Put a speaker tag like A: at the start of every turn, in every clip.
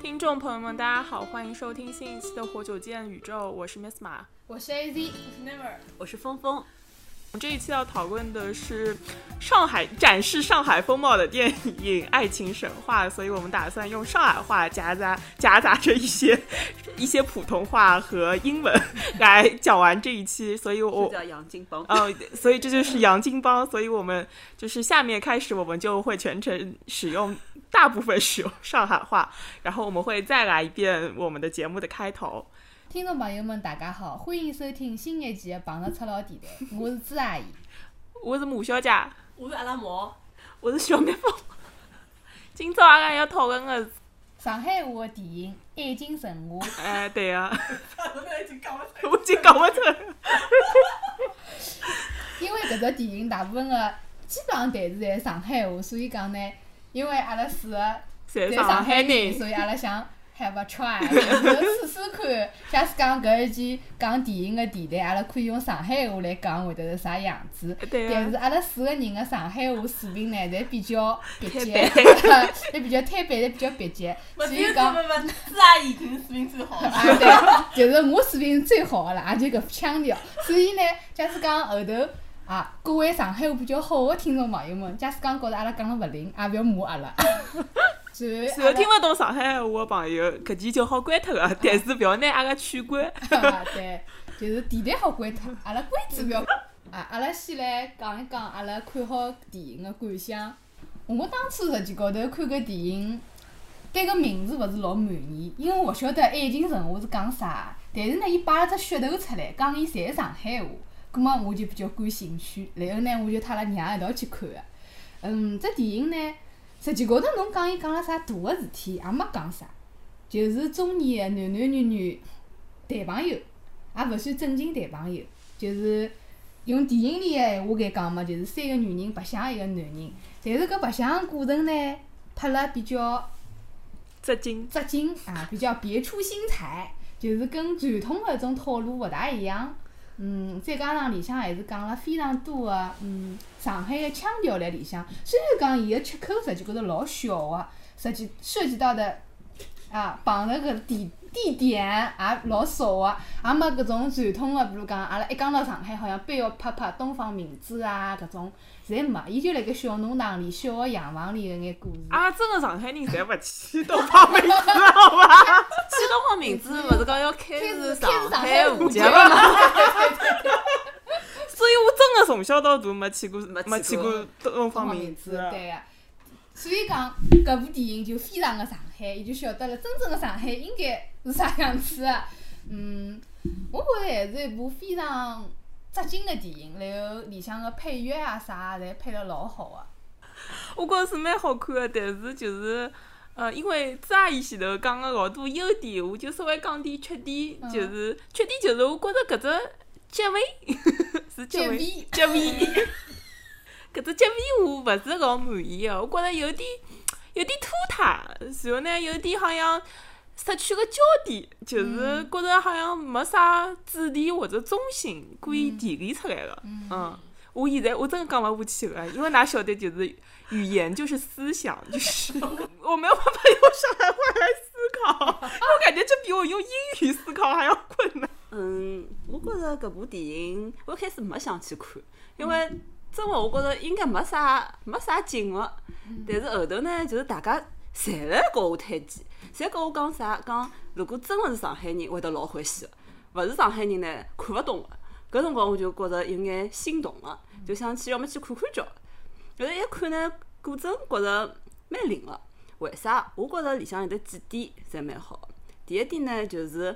A: 听众朋友们，大家好，欢迎收听新一期的《活久见宇宙》，我是 Miss 马。
B: 我是 AZ，我是 Never。
C: 我是峰峰，
A: 我们这一期要讨论的是上海展示上海风貌的电影《爱情神话》，所以我们打算用上海话夹杂夹杂着一些一些普通话和英文来讲完这一期，所以
C: 这
A: 我
C: 叫杨金帮。
A: 呃，所以这就是洋金帮，所以我们就是下面开始，我们就会全程使用大部分使用上海话，然后我们会再来一遍我们的节目的开头。
B: 听众朋友们，大家好，欢迎收听新一期的《碰着赤佬电台》，我是朱阿姨。
A: 我是马小姐，
C: 我是阿拉毛，
A: 我是小蜜蜂。今朝阿拉要讨论的是，
B: 上海话的电影《爱情神话》，
A: 哎，对啊，
C: 我们已经讲了。
A: 我已经搞不出来。
B: 因为搿只电影大部分的基本上台词侪是上海话，所以讲呢，因为阿拉四个
A: 侪
B: 侪
A: 上海
B: 海
A: 人，
B: 所以阿拉想 have a try，就是试试看。假使讲搿一期讲电影的电台，阿拉可以用上海话来讲，会得是啥样子？
A: 对
B: 但
A: 啊
B: 是，阿拉四个人的上海话水平呢，侪比较蹩脚，
A: 摊
B: 侪比较摊板，侪比较蹩脚，所以讲，啊
C: 不，自阿已经水平最好了。
B: 对，就是我水平是最好的了，也就搿副腔调。所以呢，假使讲后头啊，各位上海话比较好的听众朋友们，假使讲觉着阿拉讲了勿灵，也勿要骂阿拉。 随
A: 所有听勿懂上海话的朋友，搿期就好关脱了。但是勿要拿阿拉取 关。
B: 啊，对，就是电台好关脱，阿拉关注不要。啊，阿拉先来讲一讲阿拉看好电影的感想。我当初实际高头看搿电影，对搿名字勿是老满意，因为我勿晓得《爱情神话》是讲啥，但是呢，伊摆了只噱头出来，讲伊侪是上海话，葛末我就比较感兴趣。然后呢，我就带阿拉娘一道去看的。嗯，这电影呢，实际高头侬讲伊讲了啥大个事体，也没讲啥，就是中年的男男女女谈朋友，也勿算正经谈朋友，就是用电影里个闲话来讲嘛，就是三个女人白相一个男人，但是搿白相过程呢，拍了比较
A: 浙江，
B: 扎劲啊，比较别出心裁，就是跟传统的一种套路勿大一样。嗯，再加上里向还是讲了非常多的、嗯上海的腔调辣里向，虽然讲伊个缺口实际高头老小个、啊实际涉及到的啊，碰着搿地地点也老少啊个、也没搿种传统的，比如讲阿拉一讲到上海，好像非要拍拍东方明珠啊搿种，侪没，伊就辣盖小弄堂里、小个洋房里搿眼故事。
A: 阿拉啊真个上海人侪勿去东方 明珠，好伐？
C: 这东方名字不是讲要开
B: 开
C: 始
B: 始开始上
C: 海
B: 海
C: 户
B: 户
C: 籍
B: 籍
C: 了
B: 了
C: 吗？
A: 所以我真个从小到大没去过，
C: 没去
A: 没去过东方啊明珠
B: 字。，对呀、所以讲，搿部电影就非常的上海，伊就晓得了真正的上海应该是啥样子的。嗯，我觉着还是一部非常扎劲的电影，然后里向的配乐啊啥，侪配得老好啊的、
A: 我觉着是蛮好看的，但是就是，呃，因为朱阿姨前头讲了老多优点，我就稍微讲点缺点，
B: 嗯
A: 就是缺点就是我觉着搿只结尾 是结
B: 结
A: 尾
B: 尾
A: 结尾，搿只结尾我勿是老满意哦的，我觉着有点有点拖沓，然后呢有点好像。失去个焦点，就是觉着好像没啥主题或者中心可以提炼出来了。嗯，我现在我真的讲勿下去了，因为㑚晓得，就是语言就是思想，就是 我没有办法用上海话来思考， 我感觉这比我用英语思考还要困难。
C: 嗯，我觉着搿部电影，我一开始没想去看，因为真个我觉着应该没啥没啥景个。但是后头呢，就是大家侪来跟我推荐，侪跟我讲啥，讲如果真个是上海人，会得老欢喜个；勿是上海人呢，看勿懂个。搿辰光我就觉着有眼心动了，就想去要么去看看叫。后头一看呢，果真觉着蛮灵个。为啥？我觉着里向有得几点侪蛮好的。第一点呢，就是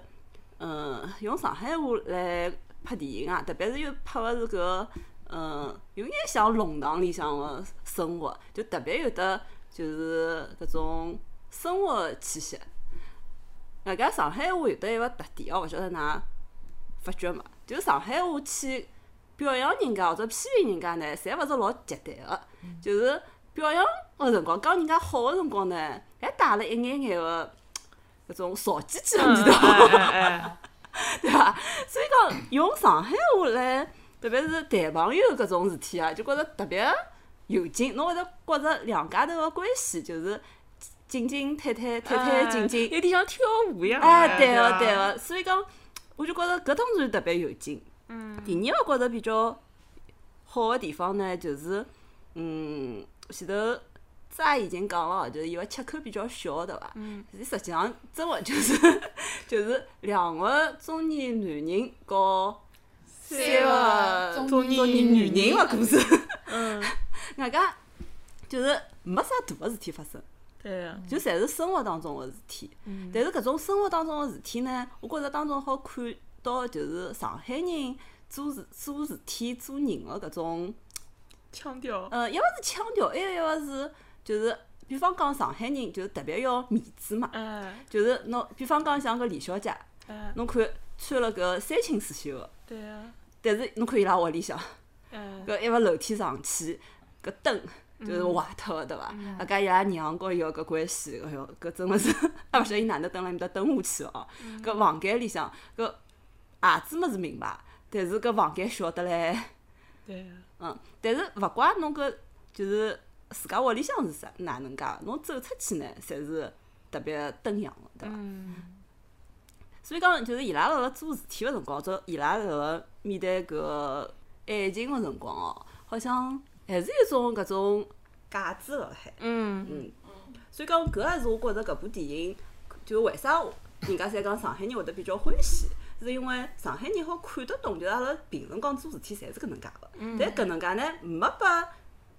C: 嗯，用上海话来拍电影啊，特别是又拍个是搿嗯，有眼像弄堂里向个生活，就特别有得就是搿种生活气息。外加上海话有得一个特点哦，勿晓得㑚发觉没？就上海话去表扬人家或者批评人家呢，侪勿是老极端个，就是表扬个辰光，讲人家好个辰光呢，还带了一眼眼个搿种造机器
A: 嗯
C: 的味道。
A: 哎
C: 对伐？所以讲用上海话来，特别是谈朋友搿种事体啊，就觉着特别有劲。侬会得觉着两家头个关系就是进进退退，退
A: 哎
C: 退进进，
A: 有点像跳舞一样。
D: 啊
C: 哎，对
D: 哦
A: 个
C: 个对
A: 个，
C: 个，所以讲，我就觉着搿当然特别有劲。嗯。第二个觉着比较好的地方呢，就是，嗯，前头咱也已经讲了，就是伊个切口比较小，对伐？嗯。实际上，真个就是 就是两个中年男人和
B: 三个
C: 三
B: 中
C: 个中
B: 年
C: 年
B: 女
C: 女
B: 人
C: 人
B: 的
C: 个
B: 故
C: 故
B: 事
C: 事，
A: 嗯，
C: 外加就是没啥大个事体发生。
D: 哦
A: 对啊个，
C: 就侪是生活当中个事体。但是搿种生活当中个事体呢，我觉着当中好看到就是上海人做事做事体做人个搿种，
A: 腔调。
C: 呃，一个是腔调，还有一个是就是，比方讲上海人就是特别要面子嘛，
A: 哎
C: 就是侬比方讲像搿李小姐，
A: 哎，
C: 侬看穿了搿三清四秀个，
A: 对啊个，
C: 但是侬看伊拉屋里向
D: 嗯
A: 哎
C: 搿一个楼梯上去，搿灯就是坏脱个，对伐？啊，加伊拉娘和伊个搿关系，哎哟，搿真个是， 啊，勿晓得伊哪能蹲辣埃面搭蹲下去个哦。搿房间里向搿鞋子么是名牌，但是搿房间小得来，
A: 对个，
C: 嗯，但是勿怪侬搿就是自家屋里向是啥哪能介，侬走出去呢，侪是特别登样个，对伐？
A: 嗯，
C: 所以讲，就是伊拉辣辣做事体个辰光，和伊拉辣辣面对搿爱情个辰光哦，好像还是一种搿种架子辣海。
A: 嗯，
C: 嗯，所以讲搿也是我觉着搿部电影，就为啥人家侪讲上海人会得比较欢喜，是因为上海人好看得懂，就是阿拉平常讲做事体侪是搿能介个，但搿能介呢没把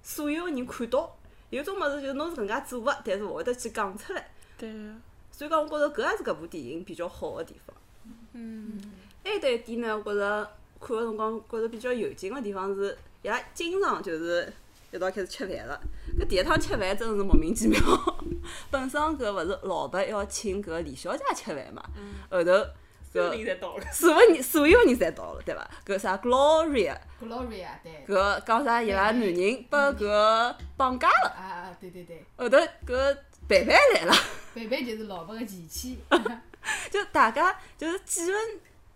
C: 所有个人看到，有种物事就是侬是搿能介做个，但是勿会得去讲出来。
A: 对
D: 啊
A: 个，
C: 所以讲，我觉着搿也是搿部电影比较好的地方。哎
A: 嗯，
C: 还有得一点呢，我觉着看个辰光觉着比较有劲个地方是，伊拉经常就是一道开始吃饭了。搿第一趟吃饭真的是莫名其妙。 本身搿勿是老白要请搿李小姐吃饭嘛，后头搿
A: 侪到了。
C: 所有人所有人侪到了，对伐？搿啥 Gloria，
B: Gloria 对，
C: 搿讲啥伊拉男人被搿绑架了，
B: 啊啊对对对，
C: 后头搿贝贝来了，
B: 贝贝就是老白的前妻，
C: 就大家就是几个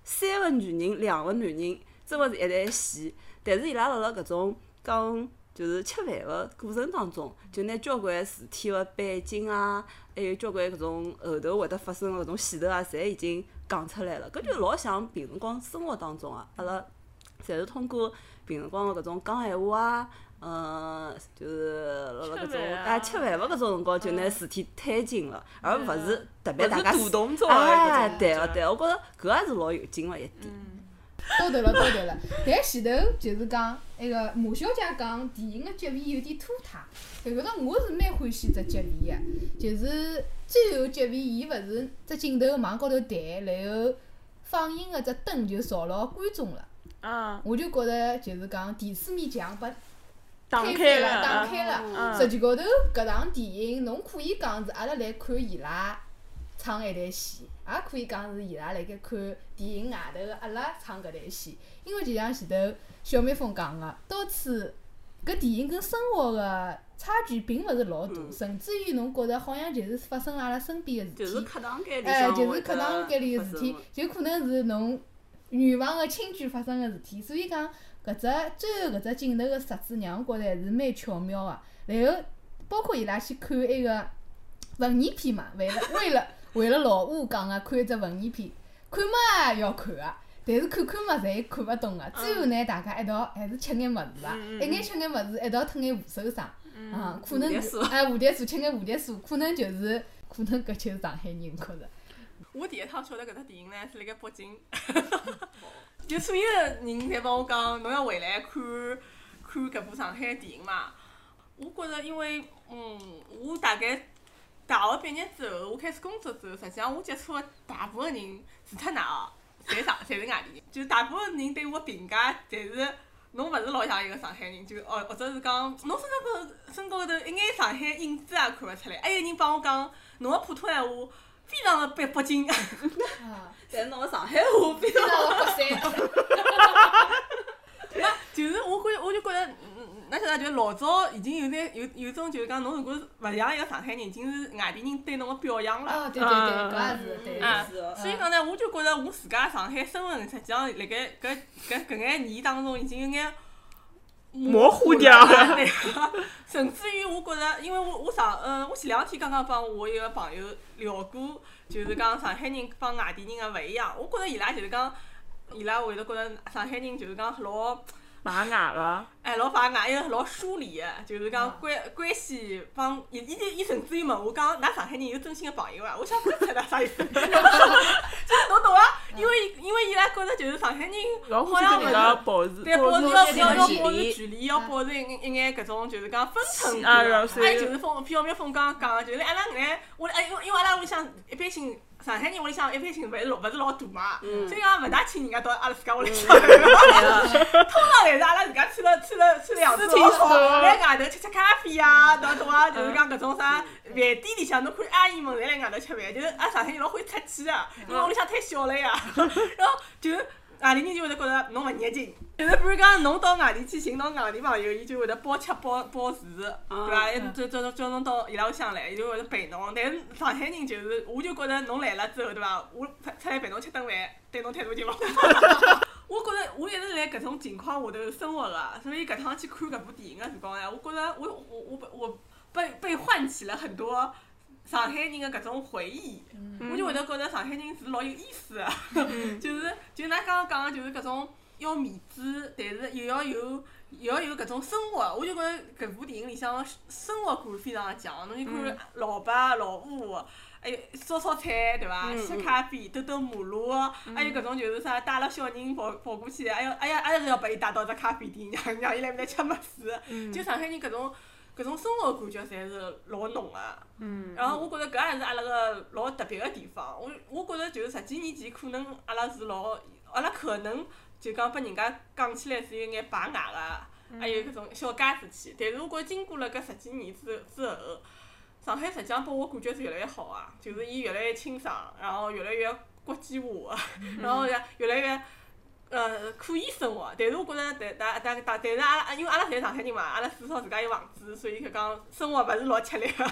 C: 三个女人，两个男人，真个是一台戏。但是伊拉辣辣搿种讲就是吃饭个过程当中，就拿交关事体个背景啊，还有交关搿种后头会得发生个搿种前头啊，侪已经讲出来了。搿就老像平辰光生活当中啊，阿拉侪是通过平辰光个搿种讲闲话啊。嗯，就是辣辣搿
A: 吃
C: 种
A: 饭啊
C: 啊吃饭个搿种辰光，就拿
A: 嗯
C: 事体推进了，而勿
A: 对啊
C: 是特
A: 勿
C: 别
A: 是
C: 大家
A: 大动作
D: 啊
C: 哎，
A: 搿种
C: 对
A: 就
D: 哦
C: 个
A: 是
C: 对个，我觉着搿也是老有劲个一点。
A: 嗯，
B: 到头了到头了。但前头就是讲那个马小姐讲电影的结尾有点拖沓，但觉着我是蛮欢喜只结尾的，就是最后结尾伊勿是只镜头往高头弹，然后放映的只灯就照牢观众了，
A: 啊，
B: 我就觉着就是讲第四面墙把
A: 打
B: 开
A: 开了，
B: 打
A: 啊
B: 开了。
A: 嗯
B: 实际高头搿场电影，侬可以讲是阿拉来看伊拉唱一台戏，也可以讲是伊拉辣盖看电影外头的阿拉唱搿台戏。因为就像前头小蜜蜂讲个，到处搿电影跟生活个差距并勿是老大，甚至于侬觉着好像就是发生辣阿拉身边个事体。
C: 就是课堂间里
B: 哎，
C: 向
B: 就
C: 会
B: 是
C: 得
B: 课堂间里个事体
C: 发生，
B: 就可能是侬远房个亲眷发生个事体，所以讲搿只最后搿只镜头个设置，让我觉着还是蛮巧妙个、然后包括伊拉去看埃个文艺片嘛，为了为了为了老吴讲个看一只文艺片，看嘛也要看个、但是看看嘛，侪看勿懂个、最后
C: 嗯
B: 呢，大家一道还是吃眼物事啊，
A: 嗯嗯
B: 一眼吃眼物事，一道吞眼扶手霜，啊，可能
C: 嗯蝴蝶
B: 是
C: 酥
B: 哎，蝴蝶酥吃眼蝴蝶酥，可能就是可能搿就是上海人觉着。
A: 我第一趟晓得搿只电影呢是辣盖北京，就所有人侪帮我讲，侬要回来看看搿部上海的电影嘛。我觉着，因为嗯，我大概大学毕业之后，我开始工作之后，实际上我接触的大部分人，除脱㑚哦，侪上侪是外地人，就是大部分人对我评价侪是。侬勿是老像一个上海人，就哦，或者是讲侬身高头身高头一眼上海影子也看勿出来。还有人帮我讲，侬个普通闲话非常的北北京，
B: 啊，
C: 但是侬个上海话比较
B: 那我国三，
A: 就是我觉我就觉得，嗯，那晓得就是老早已经有点有有种就是讲，侬如果是勿像一个上海人，已经是外地人对侬个表扬了。
B: 哦，对对对，搿也是 对，
A: 啊
C: 是的
A: 所以讲呢，我就觉着我自家上海身份实际上辣盖搿搿搿搿眼年当中已经有眼 模糊掉
D: 啊
A: 了。
D: 对 甚至于我觉着，因为我我上嗯，我前两天刚刚帮我一个朋友聊过，就是讲上海人帮外地人个勿一样。我觉着伊拉就是讲，伊拉会得觉着上海人就是讲老
A: 买牙了，
D: 哎老反外，又老疏离个，就是
A: 啊
D: 讲关关系帮伊伊就伊甚至于问我讲，㑚上海人有真心个朋友啊伐？我想搿出来啥意思？就是 侬懂伐？啊因为
A: 嗯
D: 因为伊拉觉着就是上海人
A: 老
D: 好
A: 欢
D: 像
A: 喜
D: 勿
A: 跟
D: 是
A: 伊拉保持
D: 对，保
A: 保
D: 持
A: 持
D: 要
A: 一定
D: 要
A: 的
D: 要
A: 距离嗯
D: 保持距离，要保持一眼一眼搿种就是讲分寸感。
A: 啊
D: 哎，
A: 然后所以
D: 就是风飘飘风刚刚讲的，就是阿拉搿眼屋里，哎，因为因为阿拉屋里向一般性上海人屋里向一般性勿是老勿是老大嘛，
A: 嗯
D: 所以讲勿大请人家到阿拉自家屋里向。通 常侪是阿拉自家穿了穿了穿了样子老好，来外头吃吃咖啡啊，侬懂伐？就是讲搿种啥饭店里向，侬看阿姨们侪来外头吃饭，就是啊阿拉上海人老欢喜出去啊，因为屋里向太小了呀。 然后就是外地人就会得觉着侬勿热情，就是比如讲侬到外地去寻到外地朋友，伊就会得包吃包包住，对伐？一叫叫叫侬到伊拉屋里向来，伊就会得陪侬。但是上海人就是，我就觉着侬来了之后，对伐？我出出来陪侬吃顿饭，对侬态度就老好。我觉着我一直辣搿种情况下头生活个，所以搿趟去看搿部电影个辰光呢，我觉着我我我我被被唤起了很多上海人个搿种回忆，我就会得觉着上海人是老有意思个。就是就㑚刚刚讲的，就是搿种要面子，但是又要有又要有搿种生活。我就觉着搿部电影里向生活感非常强，侬就看老爸老母。还有烧烧菜对伐？
A: 嗯
D: 吃咖啡、兜兜马路，还有搿种就是啥，带了小人跑跑过去，还有哎呀，阿拉是要把伊带到只咖啡店，哎让让伊来面搭吃么
A: 嗯
D: 子。就上海人搿种搿种生活感觉，侪是老浓啊个、
A: 嗯，
D: 然后我觉着搿也是阿拉个老特别个地方。我我觉着就是十几年前，可能阿拉是老，阿拉可能就讲拨人家讲起来是有眼排外
A: 嗯
D: 个，还有搿种小家子气。但是我觉着经过了搿十几年之之后，上海实际上拨我感觉是越来越好啊，就是伊越来越清爽，然后越来越国际化，
A: 嗯
D: 然后越越来越。呃，可以生活，但是我觉着，但但但但，但是阿拉因为阿拉侪是上海人嘛，阿拉至少自家有房子，所以就讲生活勿是老吃力个。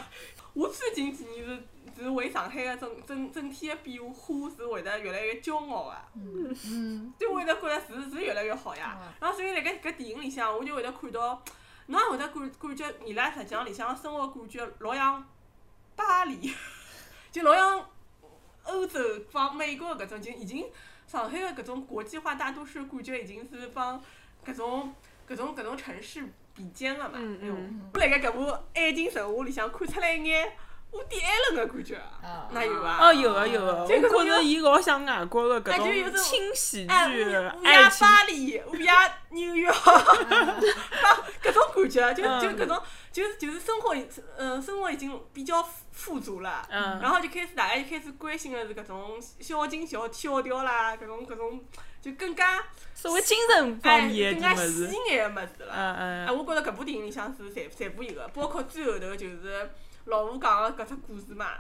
D: 我最近几年是是为上海个整整整体个变化是会得越来越骄傲啊个、
B: 嗯，
D: 就会得觉着是是越来越好呀
B: 嗯。
D: 然后所以辣盖搿电影里向，我就会得看到，侬也会得感感觉伊拉实际上里向生活感觉老像巴黎， 就老像欧洲帮美国搿种，就已经上海个搿种国际化大都市感觉已经是帮搿种搿种搿种城市比肩了嘛。
A: 嗯
D: 哎呦
A: 嗯
D: 我辣盖搿部《爱情神话》里向看出来一眼无敌艾伦个感觉
B: 啊，
D: 哪有啊？
A: 哦，有啊有啊，我
D: 这个
A: 觉着伊老像外国的搿
D: 哎就有
A: 种
D: 种
A: 轻喜
D: 哎，
A: 剧的
D: 乌乌
A: 爱
D: 鸦
A: 情，
D: 巴黎，乌鸦 纽约，搿种感觉，就
A: 嗯
D: 就搿种，就是就是生活，呃，生活已经比较富富足了。
A: 嗯
D: 然后就开始大家就开始关心的是搿种小情小小调啦，搿种搿种就更加
A: 稍微精神方
D: 哎
A: 面
D: 更
A: 的
D: 加
A: 物
D: 细
A: 事，
D: 眼个物事了。
A: 嗯
D: 啊，
A: 嗯
D: 我觉着搿部电影里向是全全部有个，包括最后头就是老吴讲个搿只故事嘛，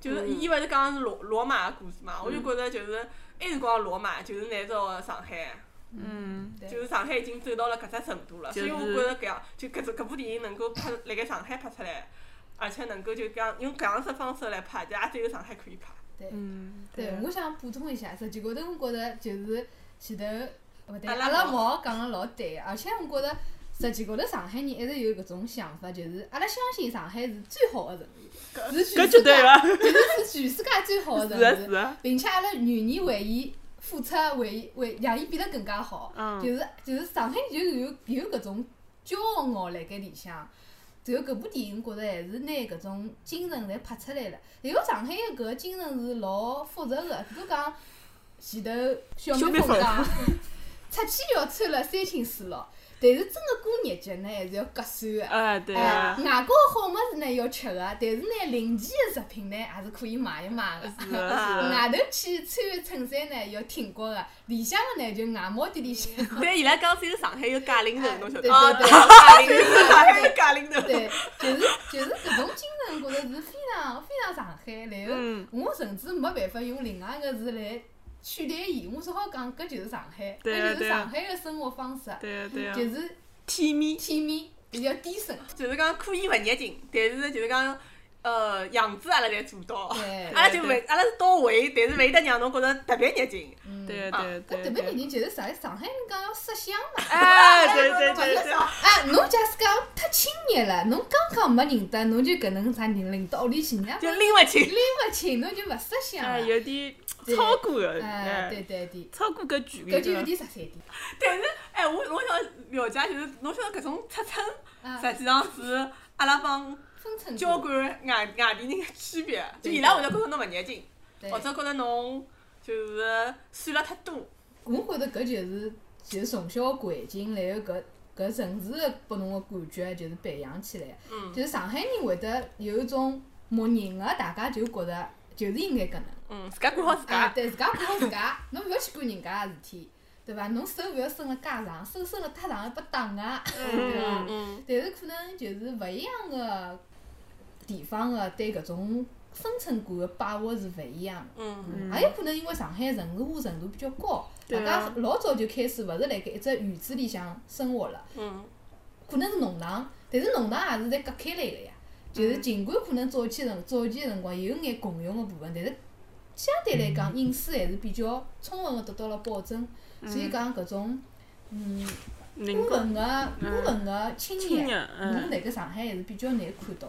D: 就是
A: 嗯
D: 伊伊勿是讲是罗罗马个故事嘛，我就觉着就是埃辰光罗马就是拿照个上海，
A: 嗯，
B: 对
D: 就是上海已经走到了搿只程度了，所以
A: 就
D: 我
A: 是
D: 觉着搿样就搿只搿部电影能够拍辣盖上海拍出来，而且能够就讲用搿样子方式来拍，就也只有上海可以拍。
A: 嗯，
B: 对，我想补充一下，实际高头我觉着就是前头勿对，
D: 阿拉
B: 阿拉
D: 毛
B: 毛讲个老对，而且我觉着实际高头上海人一直有搿种想法，就是阿拉相信上海是最好个城市，
A: 搿
B: 是全
A: 绝
B: 世
A: 对
B: 界
A: 了，
B: 就是全世界最好个
A: 是啊
B: 城
A: 是
B: 市，
A: 啊，
B: 并且阿拉愿意为伊付出，为伊为让伊变得更加好。
A: 嗯
B: 就是就是上海就有有搿种骄傲辣盖里向。然后搿部电影觉着还是拿搿种精神侪拍出来了。然后上海个搿个精神是老复杂个，比如讲前头小蜜
A: 小蜜蜂
B: 蜂讲，出去要穿了三清四老，但是真个过日节呢还是要隔算个。
A: 哎对
B: 哎
A: 啊，，
B: 外国个好物事呢要吃个，但是呢临期个食品呢也是可以买一买个。
A: 是啊是啊，
B: 外头去穿个衬衫呢要挺觉个，里向个呢就外贸店里向。
D: 但伊拉讲只有上海有假领头，侬晓得伐？
B: 哎
D: 啊
B: 对对对
D: 假领头，上海有假领头。
B: 对，就是就是搿种精神，觉着是非常非常上海。然
A: 嗯
B: 后我甚至没办法用另外一个字来取代伊，我只好讲搿就是上海，
A: 对啊
B: 搿就是
A: 对啊
B: 上海个生活方式，
A: 对啊对啊，E
B: 就是 E，
A: 体面，
B: 体面，比较低沉。
A: 哦
D: 就是讲可以勿热情，但是就是讲
A: 呃样子阿拉侪做到，
B: 对
A: 阿拉就没阿拉是到位，但是没得让侬觉着特别热情。
C: 对
A: 啊
C: 对
B: 嗯搿
C: 对
B: 特别
C: 对，
B: 人就是啥？上海人讲要色香嘛。
A: 哎，
B: 啊
A: 对对对 对，
B: 哎，侬假使讲太亲热了，侬刚刚没认得，侬就搿能啥人领到屋里去，人家
A: 就拎勿
B: 拎
A: 清，
B: 勿清，侬就勿识相
A: 哎，
B: 了。
A: 有点
B: 对
A: 超过了，
B: 哎，对
A: 哎，
B: 对对，
A: 超过搿距离
B: 搿就有
A: 了。
B: 点十三点。
A: 但是，哎，我我想了解，就是侬晓得搿种尺寸，
B: 啊，
A: 实际上是阿拉帮
B: 分寸
A: 交关外外地人的区别，就
B: 对
A: 伊拉会得觉着侬勿热情，
B: 对
A: 或者觉着侬就是算了太多。
B: 我觉着搿就是就是从小环境，然后搿搿城市拨侬个感觉就是培养起来。
A: 嗯
B: 就是上海人会得有一种默认个，大家就觉着就是应该搿能。
A: 嗯，自家管好自
B: 啊，
A: 家。
B: 对，自家管好自家，侬勿要去管人家个事体，对伐？侬手勿要伸了介长，手伸了太长了被打啊，对伐
A: 嗯？嗯，
B: 但是可能就是勿一样个地方个对搿种分寸感个把握是勿一样个。
A: 嗯
B: 也有可能因为上海城市化程度比较高，大
A: 对
B: 家
A: 啊
B: 老早就开始勿是辣盖一只院子里向生活了，
A: 嗯
B: 可能是弄堂，但是弄堂也是侪隔开来个呀。就是
A: 嗯
B: 尽管可能早期辰早期辰光有眼共用个部分，但是相对来
A: 嗯
B: 讲隐私还是比较充分个得到了保证。所以讲搿种嗯
A: 人
B: 孤
A: 工
B: 文个孤文个青
A: 亲
B: 年，
A: 人，
B: 侬
A: 嗯。
B: 辣盖上海还是比较难看到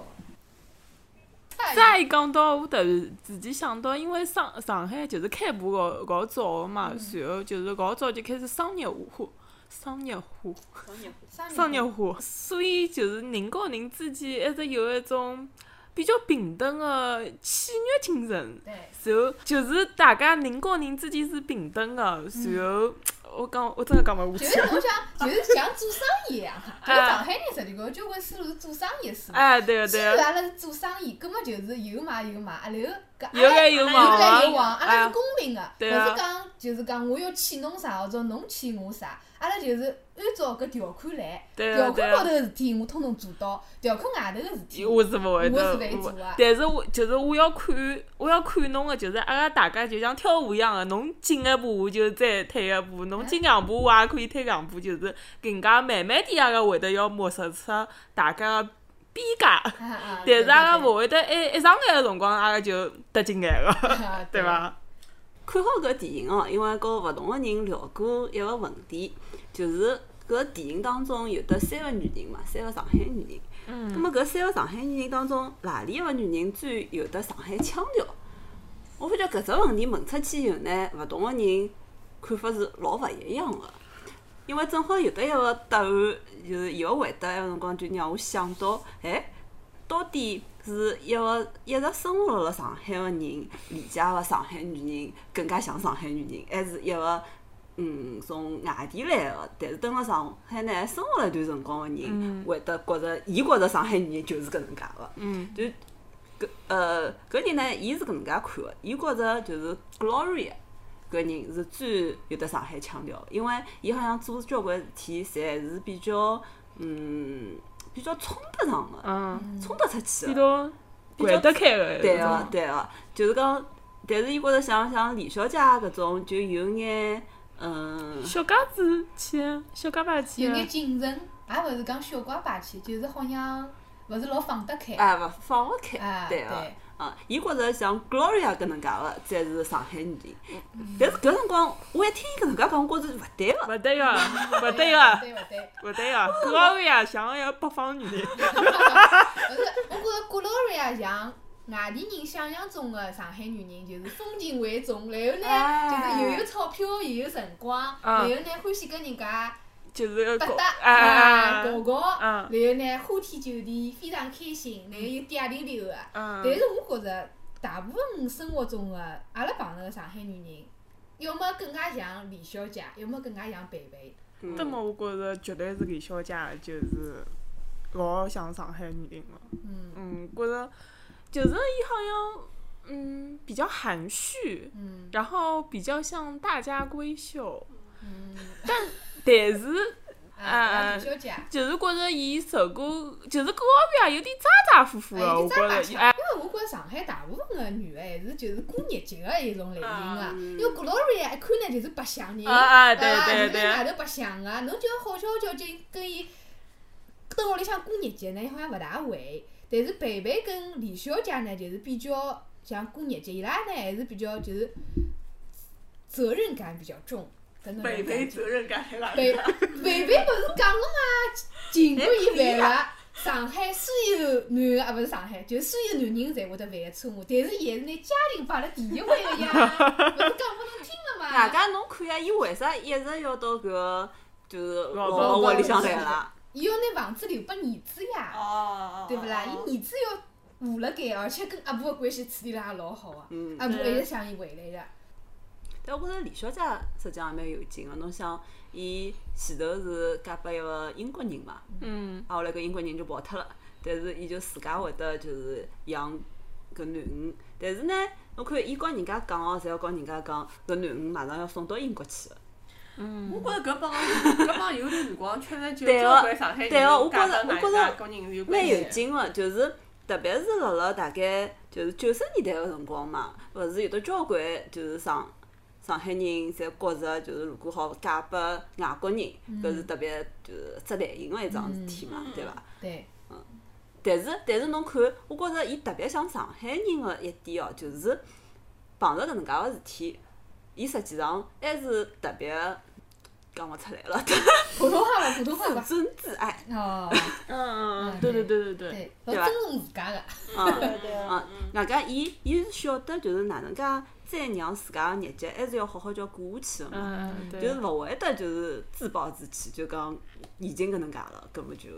B: 哎个。
A: 再一讲到，我突然自己想到，因为上上海就是开埠搿搿早个嘛，然后就是搿早就开始商业化，商业化。商业化，所以就是人和人之间一直有一种比较平等的契约精神。
B: 对，
A: 然后就是大家人和人之间是平等的。然后我讲，我真的讲勿
B: 就
A: 下
B: 是
A: 去了。
B: 侬想，就是像做生意一样 哈。
A: 啊
B: 就是上海人实际高交关思路是做生意思路。
A: 哎，对个
B: 既
A: 对
B: 然
A: 个，
B: 阿拉是做生意，根本就是有买有卖，啊，然后搿阿
A: 有
B: 拉
A: 来有
B: 有来有
A: 往
B: 往，
A: 啊，
B: 阿拉是
A: 哎
B: 公平个，勿
A: 对啊
B: 是讲就是讲我要欠侬啥或者侬欠我啥，阿拉就是按照搿条款来，
A: 对啊个
B: 条
A: 对
B: 款高头
A: 个。
B: 个事体我通通做到，条款外头个事体，
A: 我是勿会
B: 我
A: 的
B: 是会做啊，
A: 但是我就是我要看，我要看侬个，就是阿拉大家就像跳舞一样个，侬进一步我就再退一步，侬进两步我也可以退两步，就是搿能介慢慢点阿拉会得要摸索出大家个边界。
B: 啊啊，
A: 但
B: 对
A: 是阿拉
B: 对
A: 勿会得一一上来个辰光，阿拉就得进来了，
B: 对啊
A: 对伐？
C: 看好搿电影哦，因为和勿同个人聊过一个问题，就是搿电影当中有得三个女人嘛，三个上海女人。
A: 嗯
C: 咁么搿三个上海女人当中，哪里一个女人最有得上海腔调？我发觉搿只问题问出去以后呢，勿同个人看法是老勿一样个。因为正好有得一个答案，就是伊个回答，埃个辰光就让我想到，哎，到底是一个一直生活辣上海个人理解个上海女人更加像上海女人，还是一个嗯从外地来个，但是蹲辣上海呢生活了一段辰光个人，会得觉着伊觉着上海女人就是搿能介个。
A: 嗯
C: 就搿呃搿人呢，伊是搿能介看个，伊觉着就是 Gloria 搿人是最有得上海腔调的，因为伊好像做交关事体，侪是比较嗯比较冲得上个，
A: 嗯，
C: 冲得出去
A: 比
C: 个，
A: 较
C: 比较
A: 掼得开个，
C: 对
B: 啊
A: 个、
C: 个、对个、就是讲，但是伊觉着像像李小姐啊搿种就有眼嗯。
A: 小家子气，小家把气
B: 有
A: 啊，
B: 眼谨慎，也勿是讲小怪霸气，就是好像勿是老放得开，
C: 啊，勿放勿开，
B: 啊
C: 对
B: 对
C: 个、啊，伊觉着像 Gloria 搿能介个才是上海女人，但是搿辰光我一听伊搿能介讲，我觉着勿对个，
A: 勿对个，勿对
B: 勿
A: 个。
B: 对勿对。
A: 勿对 啊，格老维啊，像一个北方女人。
B: 不是，我觉着古老瑞啊像外地人想象中的上海女人，就是风情万种，然后呢，
C: 哎
B: 就是又有钞票，又有辰光，然后
A: 嗯
B: 呢，欢喜跟人家
A: 就是
B: 搭
A: 搞
B: 搭
A: 哎
B: 啊
A: 哎
B: 搞搞，然
A: 嗯
B: 后呢，花天酒地，非常开心，然后又嗲啊溜溜的。但
A: 嗯，
B: 是我觉着，大部分生活中的阿拉碰到的上海女人，要么更加像李小姐，要么更加像贝贝。
C: 嗯
A: 那么我觉着绝对是李小姐，就是老像上海女人了。
B: 嗯
A: 嗯，觉着就是伊好像嗯比较含蓄，
B: 嗯
A: 然后比较向大家闺秀，
B: 嗯，
A: 但是
B: 啊，
A: 啊
B: 李小姐。
A: 就是觉着伊受过，就是各方面有点咋咋呼呼
B: 哎
A: 的，
B: 有
A: 我
B: 点
A: 觉
B: 扎
A: 着
B: 扎
A: 伊哎
B: 因为我觉着上海大部分个女个还是就是过日节个一种类型个，
A: 嗯
B: 因为 Gloria 一看呢就是白相人，
A: 啊啊对
B: 啊，
A: 对
B: 就是
A: 对
B: 外头白相啊个，侬就要好笑交关跟伊跟屋里向过日节呢，好像勿大会。但是培培跟李小姐呢，就是比较像过日节，伊拉呢还是比较就是责任感比较重。搿能
C: 北
B: 种
C: 北
B: 感觉
C: 责任感还来
B: 北北北勿是讲个嘛，尽管伊犯了上海所有男啊，勿是上海，就是所有男人侪会得犯的错误，但是伊还是拿家庭摆辣第一位 个呀，勿是讲拨侬听了
C: 外
B: 嘛？
C: 加侬看呀，伊为啥一直要到搿就是
A: 老
C: 老
A: 婆
C: 婆屋里向来啦？
B: 伊要拿房子留拨儿子呀，
C: 哦
B: 对勿啦？伊儿子要活辣盖，而且跟阿婆个关系处理了也老好啊，
C: 嗯
B: 阿婆一直想伊回来的。
C: 但我觉着李小姐实际上也蛮有劲个。侬想，伊前头是嫁拨一个英国人嘛，
A: 嗯，
C: 啊后来搿英国人就跑脱了，但是伊就自家会得就是养搿囡恩。但是呢，侬看伊跟人家讲哦，侪要跟人家讲搿囡恩马上要送到英国去个。
D: 我觉着 搿帮搿帮有段辰光确实就
C: 对
D: 交
A: 哦
C: 个
D: 关上海人
C: 对个我
D: 有
C: 觉着
D: 嫁到外
C: 我觉
D: 家
C: 着
D: 跟人有关
C: 蛮有
D: 系。
C: 劲个，就是特别是辣辣大概就是九十年代个辰光嘛，勿是有得交关就是上上海人侪觉着就是如果好嫁拨外国人，搿是特别就是值难行个一桩事体嘛，对伐？
B: 对，
C: 但是但是侬看，我觉着伊特别像上海人个一点哦，就是碰着搿能介个事体，伊实际上还是特别讲勿出来了，
B: 普通话吧，普通话吧。
C: 自尊自爱，
B: 哦，
A: 嗯
B: 嗯
A: 对对对对对，
B: 对，老
C: 对吧
B: 尊重自家个。
C: 嗯。
D: 对对
C: 啊，外加伊伊是晓得就是哪能介再让自家个日脚还是要好好叫过下去个嘛，
A: 嗯嗯
C: 就
A: 对
C: 是。勿会得就是自暴自弃，就讲已经搿能介了，根本就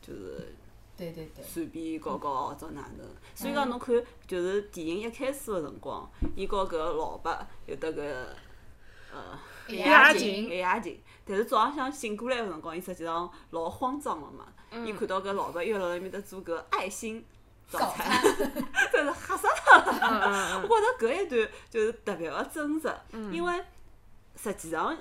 C: 就是
B: 对对对，
C: 随便搞搞或者哪能。所以讲侬看，就是电影一开始个辰光，伊和搿个老伯有得搿呃
B: 一
A: 夜
B: 情
A: 情。
C: 一夜情，但是早浪向醒过来个辰光，伊实际上老慌张个嘛，伊看到搿老伯又辣埃面搭做搿爱心早
B: 早
C: 餐，
B: 餐，
C: 真是吓死
A: 嗯嗯
C: 我觉着搿一段就是特别个真实，因为实际上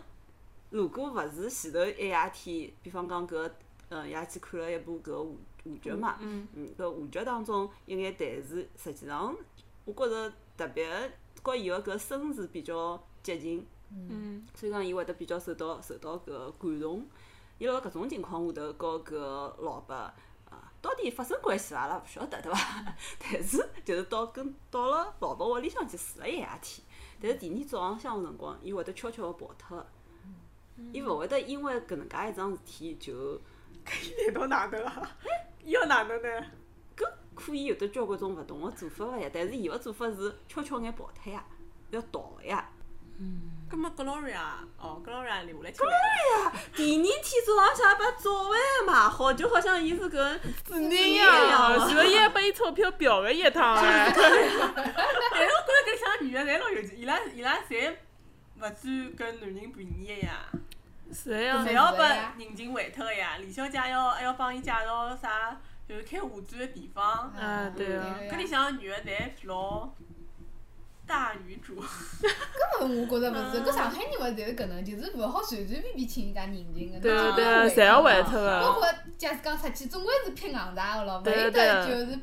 C: 如果勿是前头一夜天，比方讲搿呃夜去看了一部搿个舞舞剧嘛，
A: 嗯
C: 嗯，搿舞剧当中一眼台词，实际上我觉着特别和伊个搿身世比较接近，
A: 嗯
C: 所以讲伊会得比较受到受到搿感动。伊辣辣搿种情况下头，和搿老伯啊，到底发生关系伐？阿拉勿晓得，对伐？ 但是就是到跟到了老伯屋里向去住了一夜天，但是第二早浪向个辰光，伊会得悄悄个跑脱的。伊勿会得因为搿能介一桩事体就
D: 难到哪能啊？要哪能呢？
C: 搿可以有得交关种勿同个做法个呀，但是伊个做法是悄悄眼跑脱呀，要逃个呀。
D: 葛么 Gloria，哦，Gloria 留下来吃饭。
C: 第二天早浪向把早饭买好，就好像伊是搿
A: 子
C: 一
A: 宁
C: 样啊
A: 呀，昨夜被钞票表了一趟哎，
D: 但是我觉着搿像女的侪老有劲，伊拉伊拉侪勿占跟男人便宜个呀，
A: 谁呀
D: 侪
B: 对？
D: 要拨人情还脱个呀。李小姐要还要帮伊介绍啥，就是开画展个地方。
A: 啊对啊
B: 个呀
D: 搿里向个女的侪老大女主。
B: 我觉着勿是，搿上海人勿是侪是搿能，就是勿好随随便便请人家人情个。
A: 对
B: 侬
A: 啊
B: 总
A: 对
B: 归
A: 啊，
B: 会
A: 侪要还
B: 的
A: 脱
B: 包
A: 的。
B: 括假使讲出去，总归是拼硬仗个咯，勿
A: 对啊对
B: 会得就是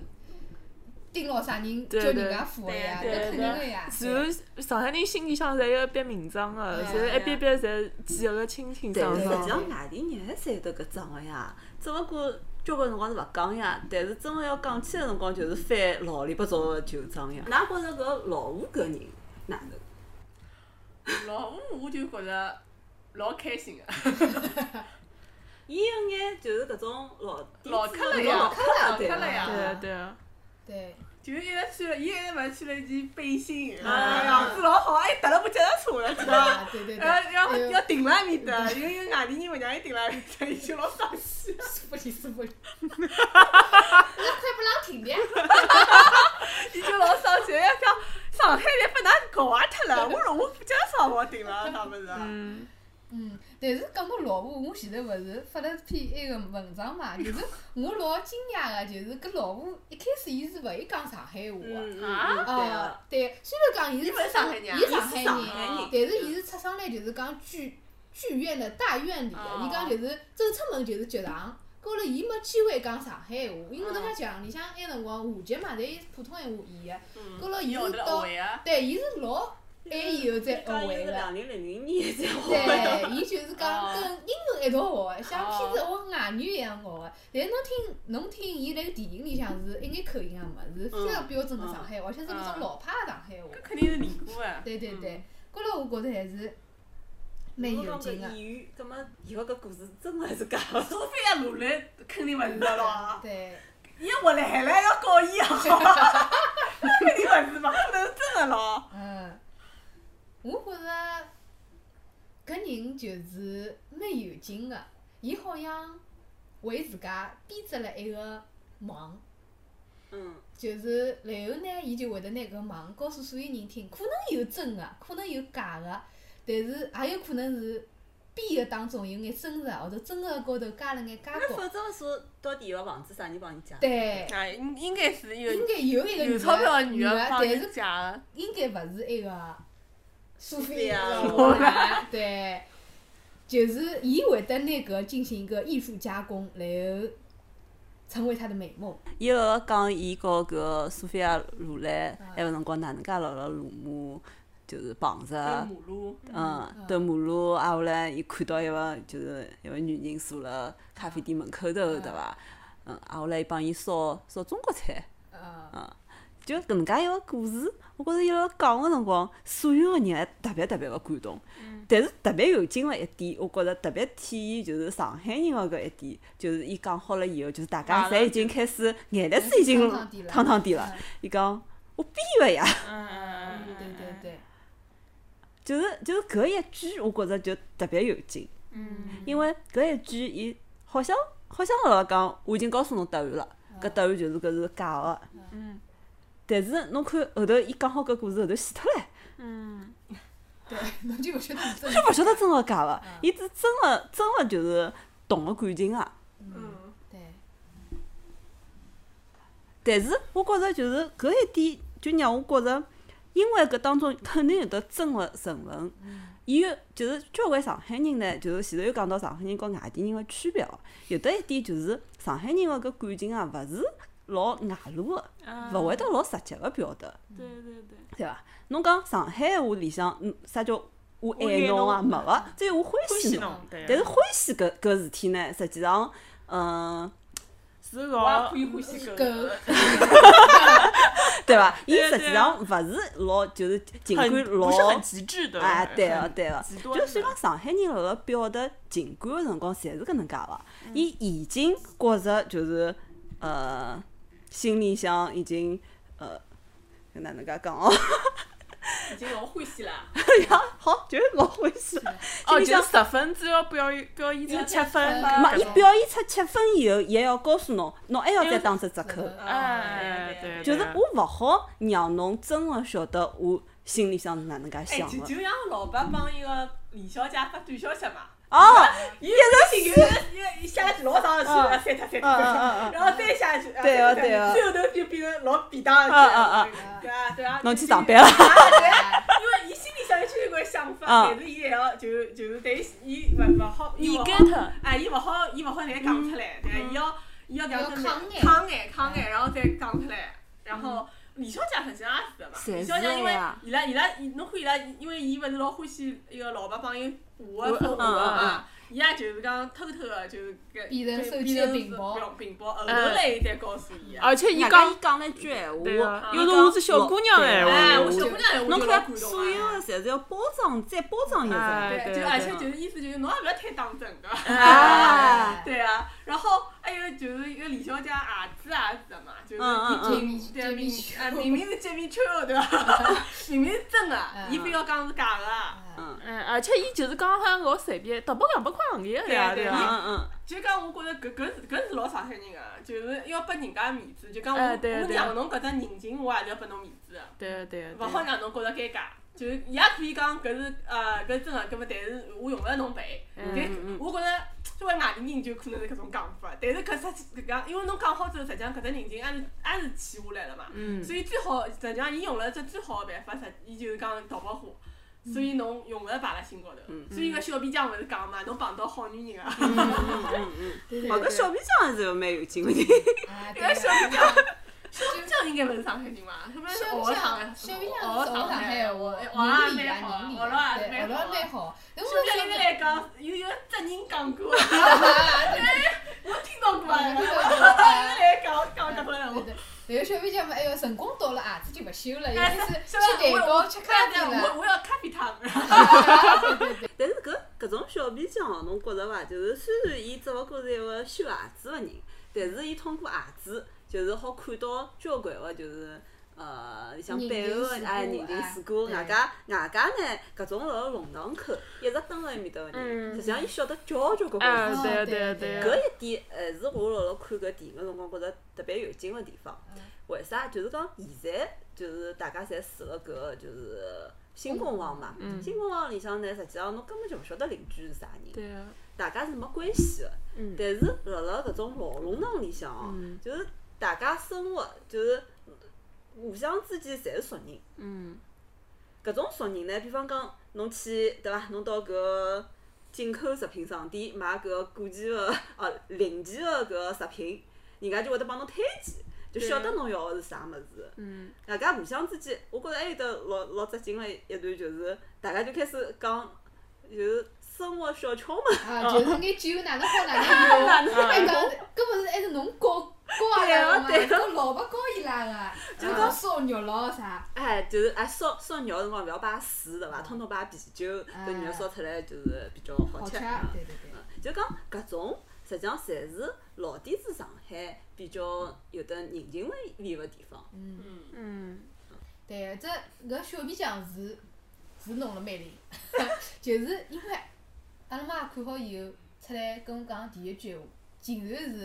B: 盯牢啥人叫
A: 对啊
B: 人
A: 对
B: 家付个呀，搿
D: 对
A: 对
B: 肯定个呀。
A: 然后上海人心里向侪有一笔名账个，
B: 对啊
A: 侪一笔笔侪记得个清清
C: 但
A: 爽
C: 是实际
A: 爽。
C: 上外地人还是有得搿种个呀，只勿过交关辰光是勿讲呀，但是真个要讲起个辰光，就是翻老里八糟个旧账呀。㑚觉着搿老吴搿人哪能？
D: 老吴我就觉着老开心个，
C: 伊有眼就是搿种老底
D: 老
C: 子
D: 克了
C: 搿种
D: 呀
C: 老克了
D: 老
C: 对
D: 克
C: 伐
D: 了呀
A: 对啊对啊，
B: 对，
D: 就是一直穿了，伊一直勿是穿了一件背心，
A: 啊
D: 哎样子老好，还踏了部脚踏车了，知道伐？
B: 啊对对对，
D: 要
B: 哎
D: 要
B: 呦
D: 要停辣埃面搭，有有外地人勿让伊停辣埃面搭，伊就老伤心。
B: 舒服哩舒服哩， 那快不让停的呀，
D: 伊就老伤心，要讲上海人被㑚搞坏脱了，我说我不讲啥我顶了，啥物事啊？
A: 嗯，
B: 嗯，但是讲到老吴，我前头勿是发了篇埃个文章嘛，就是我老惊讶个，就是搿老吴一开始伊是勿会讲上海话个。
C: 嗯嗯
D: 啊
C: 嗯对
B: 哦
C: 啊，，
B: 对，虽然讲伊
D: 伊
B: 是
D: 勿是上海人啊
B: 伊是上海
C: 伊是上
B: 人，
C: 海
B: 但是伊是出生来就是讲剧剧院的大院里的，
D: 哦
B: 伊讲就是走出门就是剧场。过了，伊没机会讲上海话，因为搿趟墙里向埃辰光话剧嘛，侪是普通闲话演的。
D: 嗯
B: 过了，伊
D: 伊学
B: 是
D: 得
B: 到
D: 会啊，
B: 对，伊是老还以后再学会
C: 是
B: 了。
C: 两零零零年才学的。
B: 对，伊就是讲跟英文一道学的，像片子学外语啊一样学的。但是侬听侬听伊辣电影里向是一眼口音也没，啊是
D: 嗯
B: 非常标准的上海话，而且是那种老派的上海话。
A: 肯定是练过
D: 啊
A: 的。
B: 对对对，
D: 嗯
B: 搿辣我觉着还是蛮
C: 侬
B: 有
C: 讲搿
B: 劲啊的。
C: 演员，葛末以后搿故事真的是假的。
D: 除非要努力，肯定勿是啊的咯。
B: 对，
D: 伊活来海来要搞伊也好， 肯定勿是嘛，可能是真的咯。
B: 嗯，我觉着搿人就是蛮有劲的，伊好像为自家编织了一个网。
C: 嗯，
B: 就是然后呢，伊就会得拿搿网告诉所有人听，可能有真个，可能有假个，但是也有可能是编个当中有眼真实，或者真个高头加了眼假
C: 那
B: 觉。
C: 否则说到底要房子啥人帮伊借？
B: 对，
A: 啊，应应该是有
B: 应该有一个
A: 有
B: 女
A: 钞票
B: 的
A: 的女
B: 的
A: 的，帮
B: 但
A: 人
B: 是
A: 家的。
B: 应该勿是一个苏菲
C: 菲亚
B: 亚
C: 罗
B: 罗兰， 对，就是伊会得拿搿进行一个艺术加工，然后成为他的美梦。
C: 伊后讲伊和搿个苏菲亚·罗兰埃个辰光哪能介辣辣罗马就是碰
A: 过
C: 着，
A: 马路，
C: 嗯，兜马路啊，后来伊看到一个就是一个女人坐辣咖啡店门口头，对伐？嗯，啊，后来伊帮伊烧烧中国菜，
B: 呃，
C: 就搿能介一个故事，我觉着伊辣讲个辰光，所有个人还特别特别个感动。
A: 嗯
C: 但是特别有劲个一点，我觉着特别体现就是上海人个搿一点，就是伊讲好了以后，就是大家
A: 马上
C: 侪已经开始眼泪水已经
B: 汤汤底了
C: 汤汤底了。伊讲我逼个呀，
A: 嗯嗯
B: 对对对，
C: 就是就是搿一句，我觉着就特别有劲，
A: 嗯，
C: 因为搿一句伊好像好像辣辣讲，我已经告诉侬答案了，搿答案就是搿是假个。
A: 嗯。
C: 但是侬看后头伊讲好搿故事后头死脱唻。
A: 嗯，
B: 对，侬就勿晓得是真
C: 就
B: 的。
C: 勿晓得真个假个
B: 嗯，
C: 伊是真个真个就是动个感情啊。
B: 嗯，
D: 嗯，
B: 对，
C: 但是我觉着就是搿一点，就让我觉着，因为搿当中肯定有得真个成分。伊有就是交关上海人呢，就是前头有讲到上海人和外地人个区别哦。有得一点就是上海人个搿感情啊，勿是老外露个，
A: 嗯
C: 勿会得老直接个表达，
A: 啊对对对，
C: 对伐？侬讲上海话里向，嗯，啥叫我
A: 我
C: 爱
A: 爱
C: 侬啊？
A: 侬
C: 没个，只有我欢
A: 欢
C: 喜
A: 喜
C: 侬。
A: 侬，对
C: 但是欢喜搿搿事体呢，实际上，嗯，
A: 是
D: 我也
A: 老
D: 可以欢喜狗。
B: 狗。
C: 对伐？伊
A: 对啊
C: 实
A: 对啊
C: 际上勿是老，就是情感
A: 很
C: 老
A: 不是很极致的
C: 啊，对个、
A: 很
C: 对个、
A: 极端
C: 就
A: 的
C: 所以讲上海人辣辣表达情感个辰光，侪是搿能介个。
A: 嗯
C: 伊已经觉着就是呃，心里向已经呃，搿哪能介讲哦？
D: 已经老欢喜了，
C: 好，就是老欢喜了。
A: 哦，
C: 心里
A: 就
C: 向
A: 是十分只要表演表演出七分
B: 表演出七分
A: 嘛
B: 搿
C: 没，伊
B: 种
C: 表现出七分以后，也要告诉侬，侬还要
A: 还
C: 再
A: 要
C: 打只折扣。
A: 哎，对，
C: 就是
A: 对
C: 我勿好让侬真个晓得我心里向是哪能介
D: 哎，
C: 想
D: 就
C: 个。
D: 就像老板帮一个李小姐发短消息嘛，
C: 哦，
D: 伊一直有一写老长的字，
C: 嗯
D: 删脱删脱删
C: 嗯嗯
D: 脱，
C: 嗯嗯，
D: 然后再下去，
C: 对
D: 啊
C: 哦对哦
D: 最后头就变成老便当
C: 嗯嗯
D: 的字，对啊对啊，
C: 侬去
D: 就
C: 上班了。
D: 因为伊心里向有交关想法，
C: 啊
D: 但是伊还要就就是，但是伊勿勿好，伊勿
A: 你
D: 好，
A: get
D: 哎，伊勿好，伊勿好来讲出来，对伐，伊要伊要搿样子
B: 嗯要抗眼
D: 抗眼抗眼，然后再讲出来，然后。
B: 嗯
D: 李小姐实际上也是的嘛，
C: 侪
D: 李小
C: 是的
D: 姐因为
C: 呀
D: 伊拉伊拉，伊侬看伊拉，因为伊勿是老欢喜一个老爸帮伊补个
C: 补
D: 补
C: 嗯
D: 个
C: 嗯嗯
D: 嘛，伊也就是讲偷偷个就是搿
B: 变成
D: 对
B: 手机的
D: 变成
B: 屏
D: 是
B: 保
D: 屏保，
C: 嗯
D: 后头来伊再告诉伊啊。
A: 而且伊
C: 人家
A: 讲
C: 伊讲了一句闲
A: 对
C: 话
A: 啊，
C: 伊
A: 又是
C: 讲
A: 我是小姑娘的闲
C: 对
A: 话
D: 哎，
A: 我
D: 我小姑娘闲话
C: 侬
D: 就老
C: 看
D: 感动
C: 所有
D: 啊
C: 的侪是要包装，再包装一下。
A: 哎
D: 对，
A: 对
D: 就而
A: 对
D: 且就是意思就是侬也勿要太当真个。
C: 嗯哎，
D: 对啊，然后还有就是一个李小姐儿子也是的嘛，就是
C: 嗯嗯
D: 伊
B: 嗯
D: 明对明
B: 揭秘
D: 啊明明是揭秘秋对伐？明明是真的，伊非要讲啊是假
B: 啊
D: 的，
A: 嗯，而且伊就是讲好像老随便，搿百两百块行钿个
D: 对
A: 呀，
D: 啊对
A: 伐？
D: 啊
C: 嗯嗯
D: 就讲我觉着搿搿是搿是老上海人个，啊就是要拨人家面子，就讲我
A: 哎对
D: 我
A: 对
D: 让侬搿只人情，我也是要拨侬面子的，
A: 对啊对啊，
D: 勿好让侬觉着尴尬。就是伊也可以讲搿是呃搿是真的，搿么但是我用勿着侬赔，但是
C: 嗯嗯
D: 我觉着作为外地人就可能是搿种讲法，但是搿实际搿讲，因为侬讲好之后，实际上搿只人情还是还是起下来了嘛。
A: 嗯，
D: 所以最好实际上伊用了只最好的办法，实伊就是讲淘宝货。所以侬用勿着摆辣心高头，所以搿小皮匠勿是讲嘛，侬碰到好女人啊，
C: 嗯嗯嗯嗯，
B: 对对
C: 哦，搿
B: 对
C: 小皮匠还是蛮有劲的。
B: 啊，
D: 搿小
B: 对
D: 皮匠，小皮匠应该勿是上海人伐？要不然是
B: 小
D: 学
B: 皮
D: 的上
B: 匠
D: 海，话，
B: 小皮匠是上海
D: 学的上话，
B: 话，
D: 学
B: 女
D: 也
B: 里啊，
D: 蛮好，
B: 女里
D: 学了
B: 对，
D: 也
B: 学了蛮
D: 蛮好。
B: 好。但我
D: 小
B: 小
D: 皮匠
B: 皮匠
D: 应该来讲，有有只人讲过，我听到过啊。有人
B: 对
D: 来讲讲搿番话。
B: 对对，然后小皮匠嘛，哎哟，辰光到了，鞋子就勿修了，
D: 哎
B: 伊就是
D: 小皮
B: 去
D: 匠
B: 蛋糕吃咖啡
D: 我
B: 了。
D: 我要咖啡汤。
B: 对对
C: 但是搿搿种小皮匠，侬觉着伐？就是虽然伊只勿过是一个修鞋子个人，但是伊通过鞋子，就是好看到交关个就是。呃，像
B: 人
C: 背
B: 情
C: 后
B: 世
C: 的哎，
B: 故
C: 人情
B: 哎
C: 世故，
B: 对
C: 外加外加呢，搿种辣辣弄堂口一直蹲辣埃面搭个人，
A: 嗯
C: 实际上伊晓得交交关关
A: 啊
B: 哦
C: 事体
A: 对啊
B: 对
A: 对啊
B: 对
A: 对啊
C: 搿一点，呃，是我辣辣看搿电影个辰光觉着特别有劲个地方
B: 嗯。
C: 为啥？就是讲现在就是大家侪住了搿个就是新公房嘛。
A: 嗯
C: 新公房里向呢，实际上侬根本就勿晓得邻居是啥人，
A: 对啊，
C: 大家是没关系个。
A: 嗯
C: 但是辣辣搿种老弄堂里向哦，
A: 嗯
C: 就是大家生活就是互相之间侪是熟人。
A: 嗯
C: 搿种熟人呢，比方讲侬去对伐？侬到搿进口食品商店买搿过期个 哦临期个搿食品，人家就会得帮侬推荐，
A: 对
C: 就晓得侬要个是啥物事。
A: 嗯
C: 大家互相之间，我觉着还有得老老扎劲个一段，就是大家就开始讲，就是生活小窍门。啊
B: 啊，就是眼酒哪能好哪能用，
A: 哦啊
B: 还讲搿勿是还是侬教教阿拉个嘛，
C: 对啊对啊
B: 搿老伯教伊拉个，就是讲烧啊肉咯啥，
C: 哎，就是哎烧烧肉个辰光勿要摆水对伐？通通摆啤酒，
B: 哎
C: 搿肉烧出来就是比较好
B: 好
C: 吃
B: 吃，。啊
C: 嗯
B: 对对对。
C: 就讲搿种实际上侪是老底子上海比较有得人情味个地方。
B: 嗯，
A: 嗯
B: 对，这搿小皮匠是是弄了蛮灵， 就是因为阿拉妈看好以后出来跟我讲第一句闲话，竟然是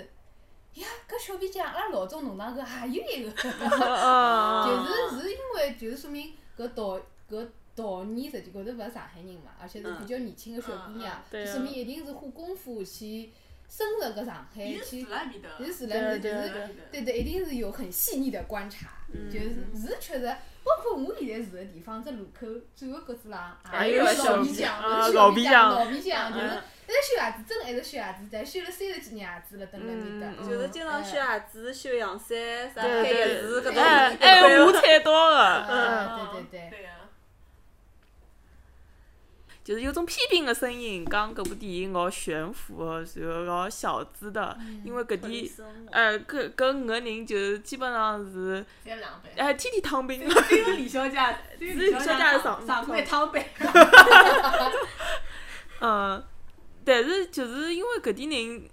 B: 呀，搿小皮匠阿拉老早弄堂搿也有一个，
A: 啊
B: 就是是因为就是说明搿导搿导演实际高头勿是上海人嘛，而且是比较年轻个小姑娘，
A: 嗯嗯嗯对啊
B: 就说明一定是花功夫去深入搿上海
D: 伊是
B: 去
D: 住，辣埃面头。
B: 伊是住辣
A: 对啊
B: 面
A: 对
B: 就
A: 啊嗯
B: 是
A: 对啊
B: 对对，一定是有很细腻的观察，就是是确实，包括我现在住的地方，这路口转个角子浪
A: 还
B: 有
A: 有
B: 个
A: 哎小
B: 老
A: 皮
B: 皮
A: 匠
B: 匠，
A: 啊
B: 就是
A: 老
B: 小
A: 皮
B: 皮
A: 匠
B: 老皮匠就是
A: 嗯
B: 那个修鞋子，真的还是修鞋子，但修了三十几年鞋子了，哎蹲辣面
A: 嗯
B: 搭。
C: 就是经常修鞋子、修阳伞、啥
A: 对
C: 开
A: 对
C: 钥匙搿种
A: 哎
C: 一
A: 哎，
C: 块
A: 我
C: 哦，
A: 猜到了，嗯，
B: 啊对对对，
D: 对呀。
A: 就是有种批评的声音，讲搿部电影老悬浮的，然后老小资的，
B: 嗯
A: 因为搿点，哎，搿搿五个人就是基本上是，
D: 再两杯。
A: 哎，天天躺病，
D: 只有李小姐，只有李
A: 只有李小姐
D: 小姐
A: 上
D: 上上过一趟班。
A: 嗯，但是就是因为搿点人，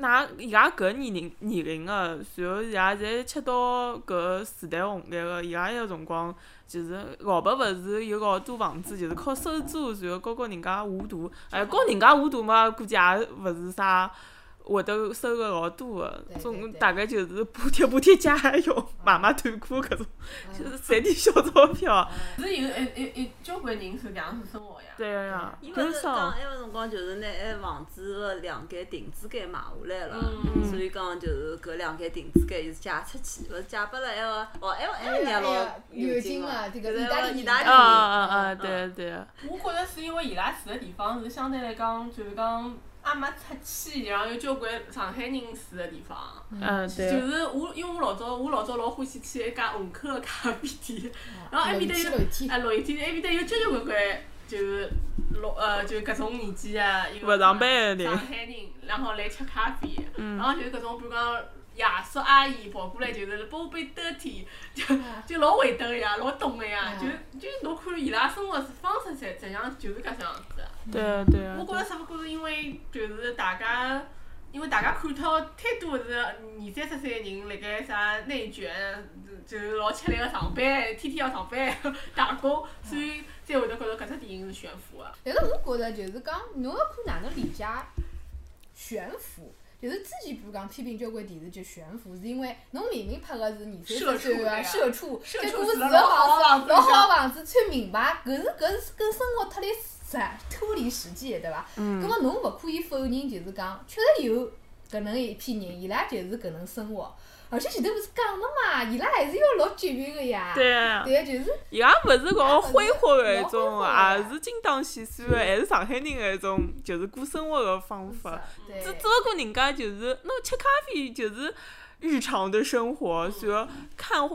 A: 㑚伊拉搿年龄年龄个，然后伊拉侪吃到搿时代红利个，伊拉有辰光就是老伯勿是有老多房子，就是靠收租，然后教教人家糊涂，哎，教人家糊涂嘛，估计也勿是啥。会得收个老多个
B: 对，对
A: 总
B: 对
A: 大概就是补贴补贴家用，买买短裤 搿种，就是赚点小钞票。
D: 是有一一一交关人是搿样子生活呀。
A: 对呀，
C: 伊
A: 搿
C: 勿是讲
A: 少。
C: 埃个辰光就是拿埃房子个两间亭子间买下来了，
D: 嗯
C: 所以讲就是搿两间亭子间伊是借出去，勿是借拨了埃个哦埃个埃个人也老劲
B: 哎呀
C: 个，
B: 这
C: 就
B: 个
C: 是
B: 意大
C: 埃
B: 利
C: 个
B: 人
C: 意大
A: 啊啊
C: 利人，
A: 啊！啊对对。
D: 我觉着是因为伊拉住的地方是相对来讲，就是讲也没出去，然后有交关上海人住的地方。
A: 嗯，
D: 就
A: 对，
D: 是我，因为我老早，我老早老欢喜去一家虹口个咖啡店，然后埃
B: 楼
D: 面搭
B: 梯
D: 有
B: 嗯楼梯，
D: 啊，落雨天埃面搭有交交关关，就是老呃，就是搿种年纪啊，有
A: 勿上班的人
D: 上海人，然后来吃咖啡，
A: 嗯
D: 然后就是搿种，比如讲爷叔阿姨跑过来，就是帮我杯 dirty，就就老会得个呀，老懂个呀，
B: 啊
D: 就是就是侬看伊拉生活方式，实实际上就是搿样子。
A: 对啊，对啊
D: 我，觉着只不过是因为就是大家，因为大家看到太多是二三十岁的人辣盖啥内卷，就是老吃力个上班，天天要上班 打工，所以才会得觉着搿只电影是啊悬浮个。
B: 但是我觉着就是讲，侬要看哪能理解悬浮。就是之前比如讲批评交关电视剧悬浮，是因为侬明明拍个是二三十岁个社畜，
D: 社畜
B: 结
D: 社
B: 果
D: 畜
B: 住
D: 住
B: 个
D: 了
B: 房
D: 老好房
B: 子，
D: 子
B: 老好房子，穿名牌，搿是搿是跟生活脱离实脱离实际的，对伐？嗯。葛末侬勿可以否认，就是讲确实有搿能一批人，伊拉就是搿能生活，而且前头勿是讲了嘛，伊拉还是要老节约个呀。。
A: 对啊，
B: 对啊，就是
A: 伊拉勿是讲挥霍的一
B: 老挥
A: 种，啊
B: 霍的
A: 也是精打细算的，还是上海人的一种，就是过生活的方法。
B: 对
A: 只只。不过人家就是侬吃咖啡，就是日常的生活，然后看看话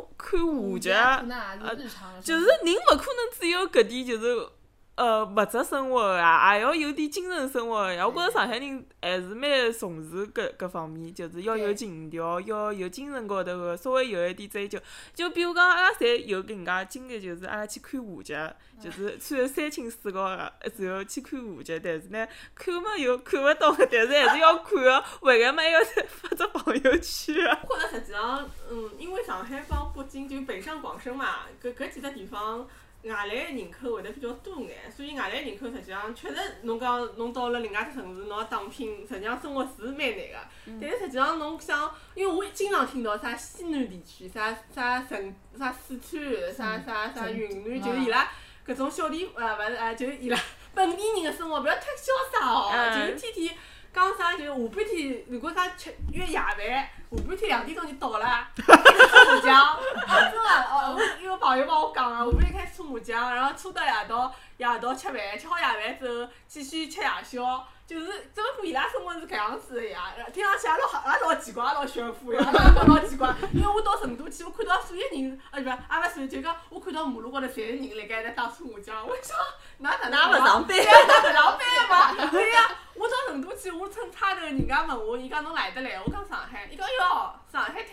A: 剧，
B: 可能也是日常的生活，
A: 啊就是人勿可能只有搿点，就是呃物质生活个啊，也要有点精神生活个呀。我觉着上海人还是蛮重视搿搿方面，就是要有
B: 对
A: 情调，要有精神高头个稍微有一点追求。就比如讲，阿拉侪有搿能介经历，就是阿拉去看话剧，就是穿得三清四啊高个，然后去看话剧，但是呢，看嘛又看勿懂，但是还是要看个，回来嘛还要再发只朋友圈啊。
D: 或者实际上，嗯，因为上海帮北京就北上广深嘛，搿搿几只地方外来的人口会得比较多眼，所以外来人口实际上确实，侬讲侬到了另外只城市，侬要打拼，实际上生活是蛮难个。
B: 嗯
D: 但是实际上，侬想，因为我经常听到啥西南地区，啥啥成啥四川，啥啥啥
B: 成
D: 云南，
B: 嗯
D: 就是伊拉搿种小地，呃，勿是啊，就是伊拉本地人的生活，勿要太潇洒哦，
A: 嗯
D: 就是天天。讲啥就是下半天，如果啥吃约夜饭，下半天两点钟就到了，搓麻将，啊真的，哦，我有朋友帮我讲啊，下半天开始搓麻将，然后搓到夜到，夜到吃饭，吃好夜饭之后继续吃夜宵，就是只不过伊拉生活是搿样子的呀，听上去也老也老奇怪，也老炫富呀，也老奇怪，因为我到成都去，我看到所有人，啊不，阿勿所有，就讲我看到马路高头侪是人辣盖在打搓麻将，我想哪哪
C: 哪
D: 哪
C: 勿上班？
D: 他不上班嘛，对呀、我到成都去，我趁差头，人家问我，伊讲侬来得来，我讲上海，伊讲哟，上海太太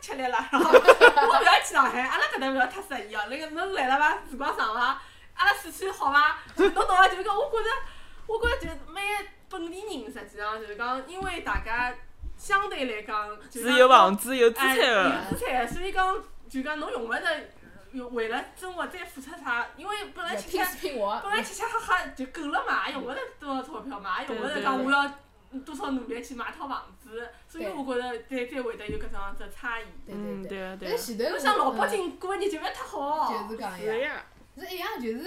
D: 吃力了，然后我不要去上海，阿拉搿搭勿要太适意哦，那个侬来了伐？辰光长伐？阿拉四川好伐？侬懂伐？就是讲，我觉着，我觉着就是每个本地人实际上就是讲，因为大家相对来讲，就是讲
A: 有房子有资
D: 哎，
A: 产个。
D: 有资产，所以讲就讲侬用勿着有为了生活再付出啥，因为本来
B: 哎
D: 吃吃
B: 拼死拼
C: 啊
B: 活
D: 本，来吃吃喝喝就够了嘛，哎
C: 嗯
D: 也用勿着多少钞票嘛，也用勿着讲我要多少努力去买套房子，所以
B: 对
D: 我觉着再再会得有搿种只差异。
B: 对
A: 嗯，
B: 对对。
A: 对啊，对
B: 但
A: 啊。
B: 前头我
D: 侬想老北
B: 嗯
D: 京过日节蛮忒好，
B: 就是讲呀
A: 是。呀。
B: 是一样，就是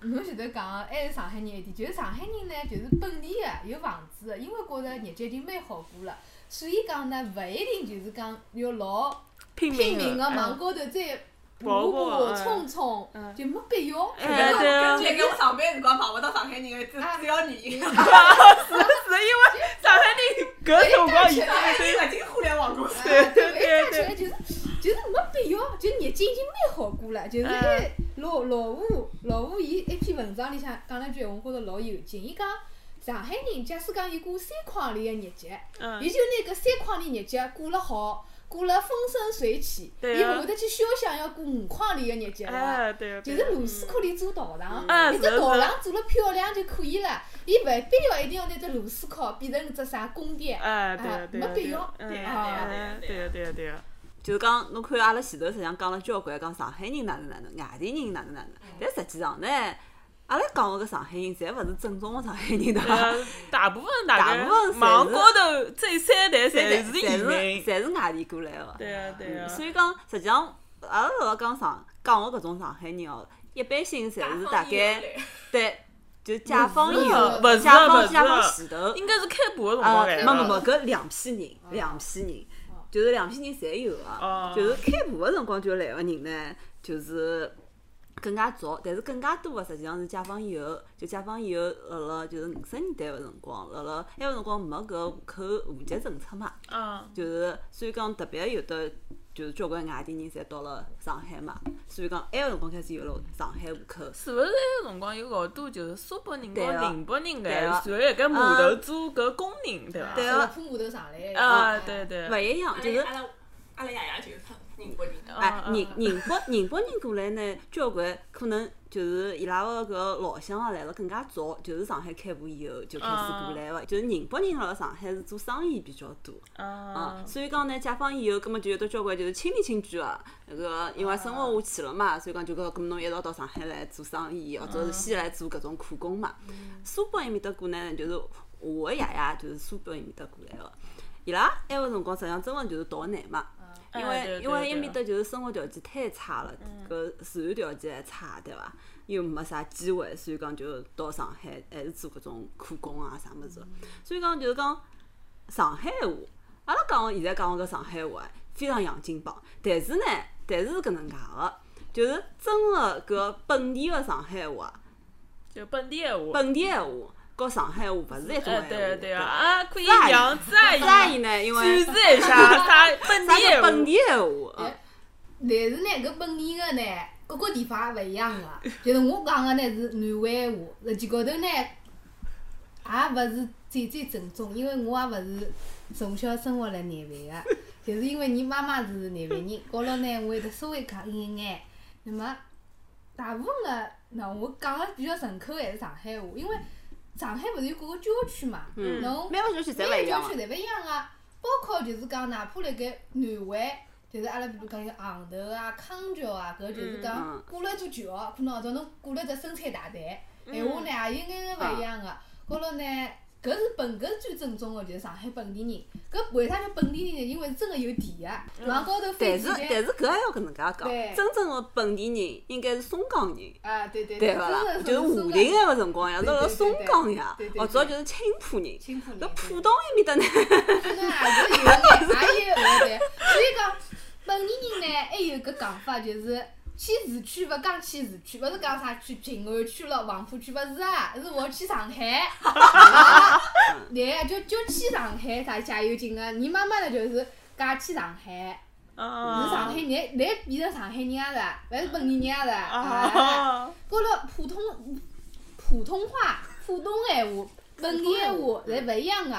B: 侬前头讲的还是上海人一点，就是上海人呢，就是本地的有房子的，因为觉着日脚已经蛮好过了，所以讲呢，勿一定就是讲要老
A: 拼
B: 拼命
A: 个
B: 的往高头再
A: 跑跑
B: 爬爬
A: 嗯
B: 冲冲，
A: 嗯
B: 就没必要。
A: 哎对啊
D: 辣盖我上班辰光碰勿到上海人的，只只要你，
A: 是因为上海人搿辰光已经
B: 哎
D: 上海
A: 对
D: 人勿进互联网公司。
A: 对对对
B: 对
A: 对
B: 就是就是没必要，就日子已经蛮好过了。就是哎，老老吴老吴伊一篇文章里向讲了句闲话，我觉着老有劲。伊讲上海人假使讲伊过三框里个日节，
A: 嗯
B: 伊就拿搿三框里日节过了好，过了风生水起，
A: 对
B: 伊
A: 啊
B: 勿会得去休想要过五框里个日节了。
A: 哎对啊，对
B: 就是
A: 啊
B: 螺丝壳里做道场，
A: 嗯
B: 一
A: 是的
B: 只道
A: 是的
B: 场做了漂亮就可以了，伊勿必要一定要拿只螺丝壳变成只啥宫殿。
A: 哎对啊
B: 啊
A: 对啊
B: 没
A: 对
B: 必
A: 啊
B: 要
A: 嗯
D: 对
B: 啊
A: 哎对啊对啊对啊，
C: 就是讲，侬看阿拉前头实际上讲了交关，讲上海人哪能哪能，外地人哪能哪能。
A: 嗯
C: 但实际上呢，阿拉讲个搿上海人，侪勿是正宗个上海人，对 伐？
A: 呃大部分大概
C: 大部分侪是
A: 网高头这三代侪
C: 侪
A: 是
C: 侪
A: 移民，
C: 侪是外地过来个。
A: 对啊对啊，
C: 所以讲，实际上，阿拉勿要讲上讲个搿种上海人哦，一般性侪是大概对，就解放以后，
A: 勿是
C: 解放
A: 勿是
C: 解放前头，
A: 应该是开播的辰
C: 啊，
A: 光
C: 没
A: 来的，
C: 没没，搿两批人，两批人
B: 哦，
C: 就是两批人侪有
A: 哦
C: 个，就是开步个辰光就来个人呢，就是。更加早，但是更加多个实际上是解放以后，就解放以后，辣辣呃就是五十年代个辰光，辣辣埃个辰光没搿户口户籍政策嘛，
A: 嗯，
C: 就是所以讲特别有的就是交关外地人侪到了上海嘛，所以讲埃个辰光开始有了上海户口，
A: 是勿是埃个辰光有老多就是苏北人
C: 对
A: 和
C: 啊
A: 宁波人
C: 对啊
A: 搿，然后搿码头做搿工人对伐？
C: 对
B: 啊，
C: 啊
B: 从码头上来。
A: 啊对对，
C: 勿一样，就是
D: 阿拉阿拉爷爷就是宁波人，
C: 哎，
A: 嗯
C: 宁
A: 嗯
C: 宁波宁波人过来呢，交关可能就是伊拉个搿个老乡啊来了更加早，就是上海开埠以后就开始过
A: 嗯
C: 来个，就是宁波人辣辣上海是做生意比较多，啊
A: 啊，
C: 所以讲呢，解放以后，葛末就有得交关就是亲里亲眷个，那个因为生
A: 嗯
C: 活下去了嘛，所以讲就讲葛末侬一道到上海来做生意，或
A: 嗯
C: 者是先来做搿种苦工嘛。苏北埃面搭过呢，就是我个爷爷就是苏北埃面搭过来个，伊拉埃个辰光实际上真个就是逃难嘛。因
A: 哎对嗯
C: 为因为
A: 对
C: 埃
A: 对
C: 面搭就是生活条件太差了，搿自然条件还差，对伐？又没啥机会，所以讲就到上海还是做搿种苦工啊啥物事。所以讲就是讲上海话，阿拉讲个现在讲个搿上海话非常洋泾浜，但是呢，但是是搿能介个，就是真个搿本地个上海话，
A: 就本地闲话，
C: 本地闲话。和上海话勿是一
A: 呃，
C: 种闲话。
A: 对啊对啊，啊，可以
C: 自然
A: 让自然
C: 啥意呢？因为
A: 展示一下啥本
C: 啥
A: 地
C: 叫
A: 闲话
C: 本地闲话啊？
B: 但是呢，搿本地个呢，各个地方也勿一样个。就是我讲个呢是南汇话，实际高头呢，也勿是最最正宗，因为我也勿是从小生活辣南汇个，就是因为你妈妈是南汇人，高头呢我会得稍微讲一眼眼。那么，大部分个，喏，我讲个比较顺口个还是上海话，因为上海勿是有各个郊区嘛，
C: 嗯
B: 侬
C: 每个小区
B: 每
C: 侪勿
B: 个郊区。
C: 一样啊
B: 侪勿一样个，包括就是讲，哪怕辣盖南汇，就是阿拉比如讲有杭头啊、康桥啊，搿就是
C: 嗯
B: 讲
C: 嗯
B: 过了座桥，可能后头侬过了只生产大队，闲话呢也有眼眼勿一样个。高头呢，搿是本搿是最正宗个，就是上海本地人。搿为啥叫本地人呢？因为是真个有地
C: 嗯
B: 个，往高头翻
C: 但是
B: 地
C: 但
B: 板。
C: 是搿也要搿能介
B: 对
C: 讲，真正的本地人应该是松江人。
B: 啊，对对
C: 对
B: 对，
C: 勿
B: 真
C: 啦
B: 个？
C: 就是
B: 是
C: 武陵埃个辰光呀，到了松江呀
B: 对对，对
C: 或者就是青浦人，
B: 青浦人
C: 搿
B: 对
C: 浦东埃面搭呢，
B: 啊，搿有眼，也有眼，也有眼对。所以讲，本地人呢，还有搿讲法，就是去市区勿讲去市区，勿是讲啥去静安区咯、黄浦区，勿是啊，是我去上海。啊对啊，就就去上海，啥加油劲啊！你妈妈呢，就是嫁去上海，是
A: 啊，
B: 上海人，来变成上海人啊是，勿是本地人啊是。啊
A: 啊，
B: 高头普通普通话、普通闲话、本地闲话，侪勿一样个、比如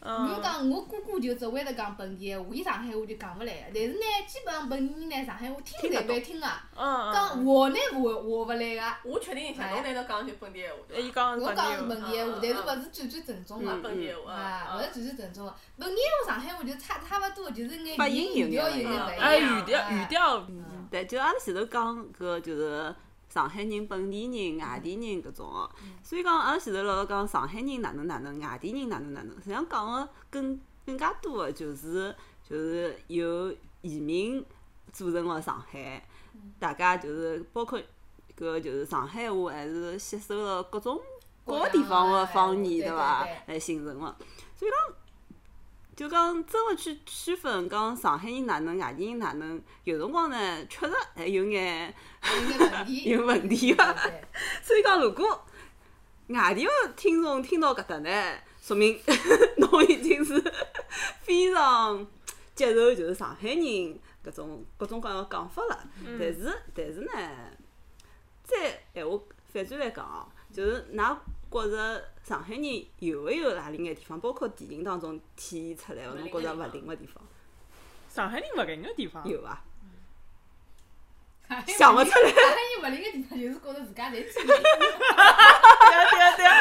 A: 嗯，
B: 讲，我姑姑就只会得讲本地闲话，伊上海话就讲勿来个。但是呢，基本上本地人呢，上海话听侪会听个，啊
A: 嗯，
B: 讲
A: 嗯，
B: 话呢勿会话勿来
D: 我确定一下，侬难道讲就本地闲话对
A: 哎
D: 伐？
A: 伊讲
B: 个。
A: 是
B: 我
A: 本
B: 讲
A: 地话，
B: 是本地闲话但
D: 嗯，
B: 是勿是最最正宗
C: 嗯
B: 个。
D: 本地闲话
B: 啊，
D: 啊
B: 勿是最最正宗个。本地闲话上海话就差差勿多，就是眼
C: 发
B: 语
C: 音
B: 音
C: 有
B: 语调
C: 眼
B: 有
C: 勿
B: 眼
C: 一
B: 勿
D: 样
B: 一
A: 哎，
B: 样。
A: 语调语
B: 啊。
A: 调，
B: 嗯
C: 对，就阿拉前头讲搿就是上海人、本地人、外地人搿种哦。
B: 嗯
C: 所以讲阿拉前头老老讲上海人哪能哪能，外地人哪能哪能，实际上讲个更更加多个就是就是由移民组成个上海，
B: 嗯
C: 大家就是包括搿就是上海话还是吸收了各种各个地方的方言，
B: 对
C: 伐
B: 对？
C: 来形成的。所以讲，就讲真的去区分，讲上海人哪能，外地人哪能，有辰光呢，确实还有眼
B: 啊有眼
C: 哎
B: 问题。
C: 有问题啊
B: 对
C: 个。
B: 对
C: 所以讲，如果外地的听众听到搿搭呢，说明 侬已经是非常接受就是上海人搿种各种各样的讲法了。但是但是呢，再闲话反转来讲哦，就是㑚觉着上海人有没有哪里眼地方，包括电影当中体现出来的，侬觉着勿灵个地方
A: 上海人勿搿个地方，
C: 有伐？
B: 上海人
C: 想勿出 来，
B: 上海人勿灵哎个地方就是觉着自家侪体面。
A: 对啊对啊对啊，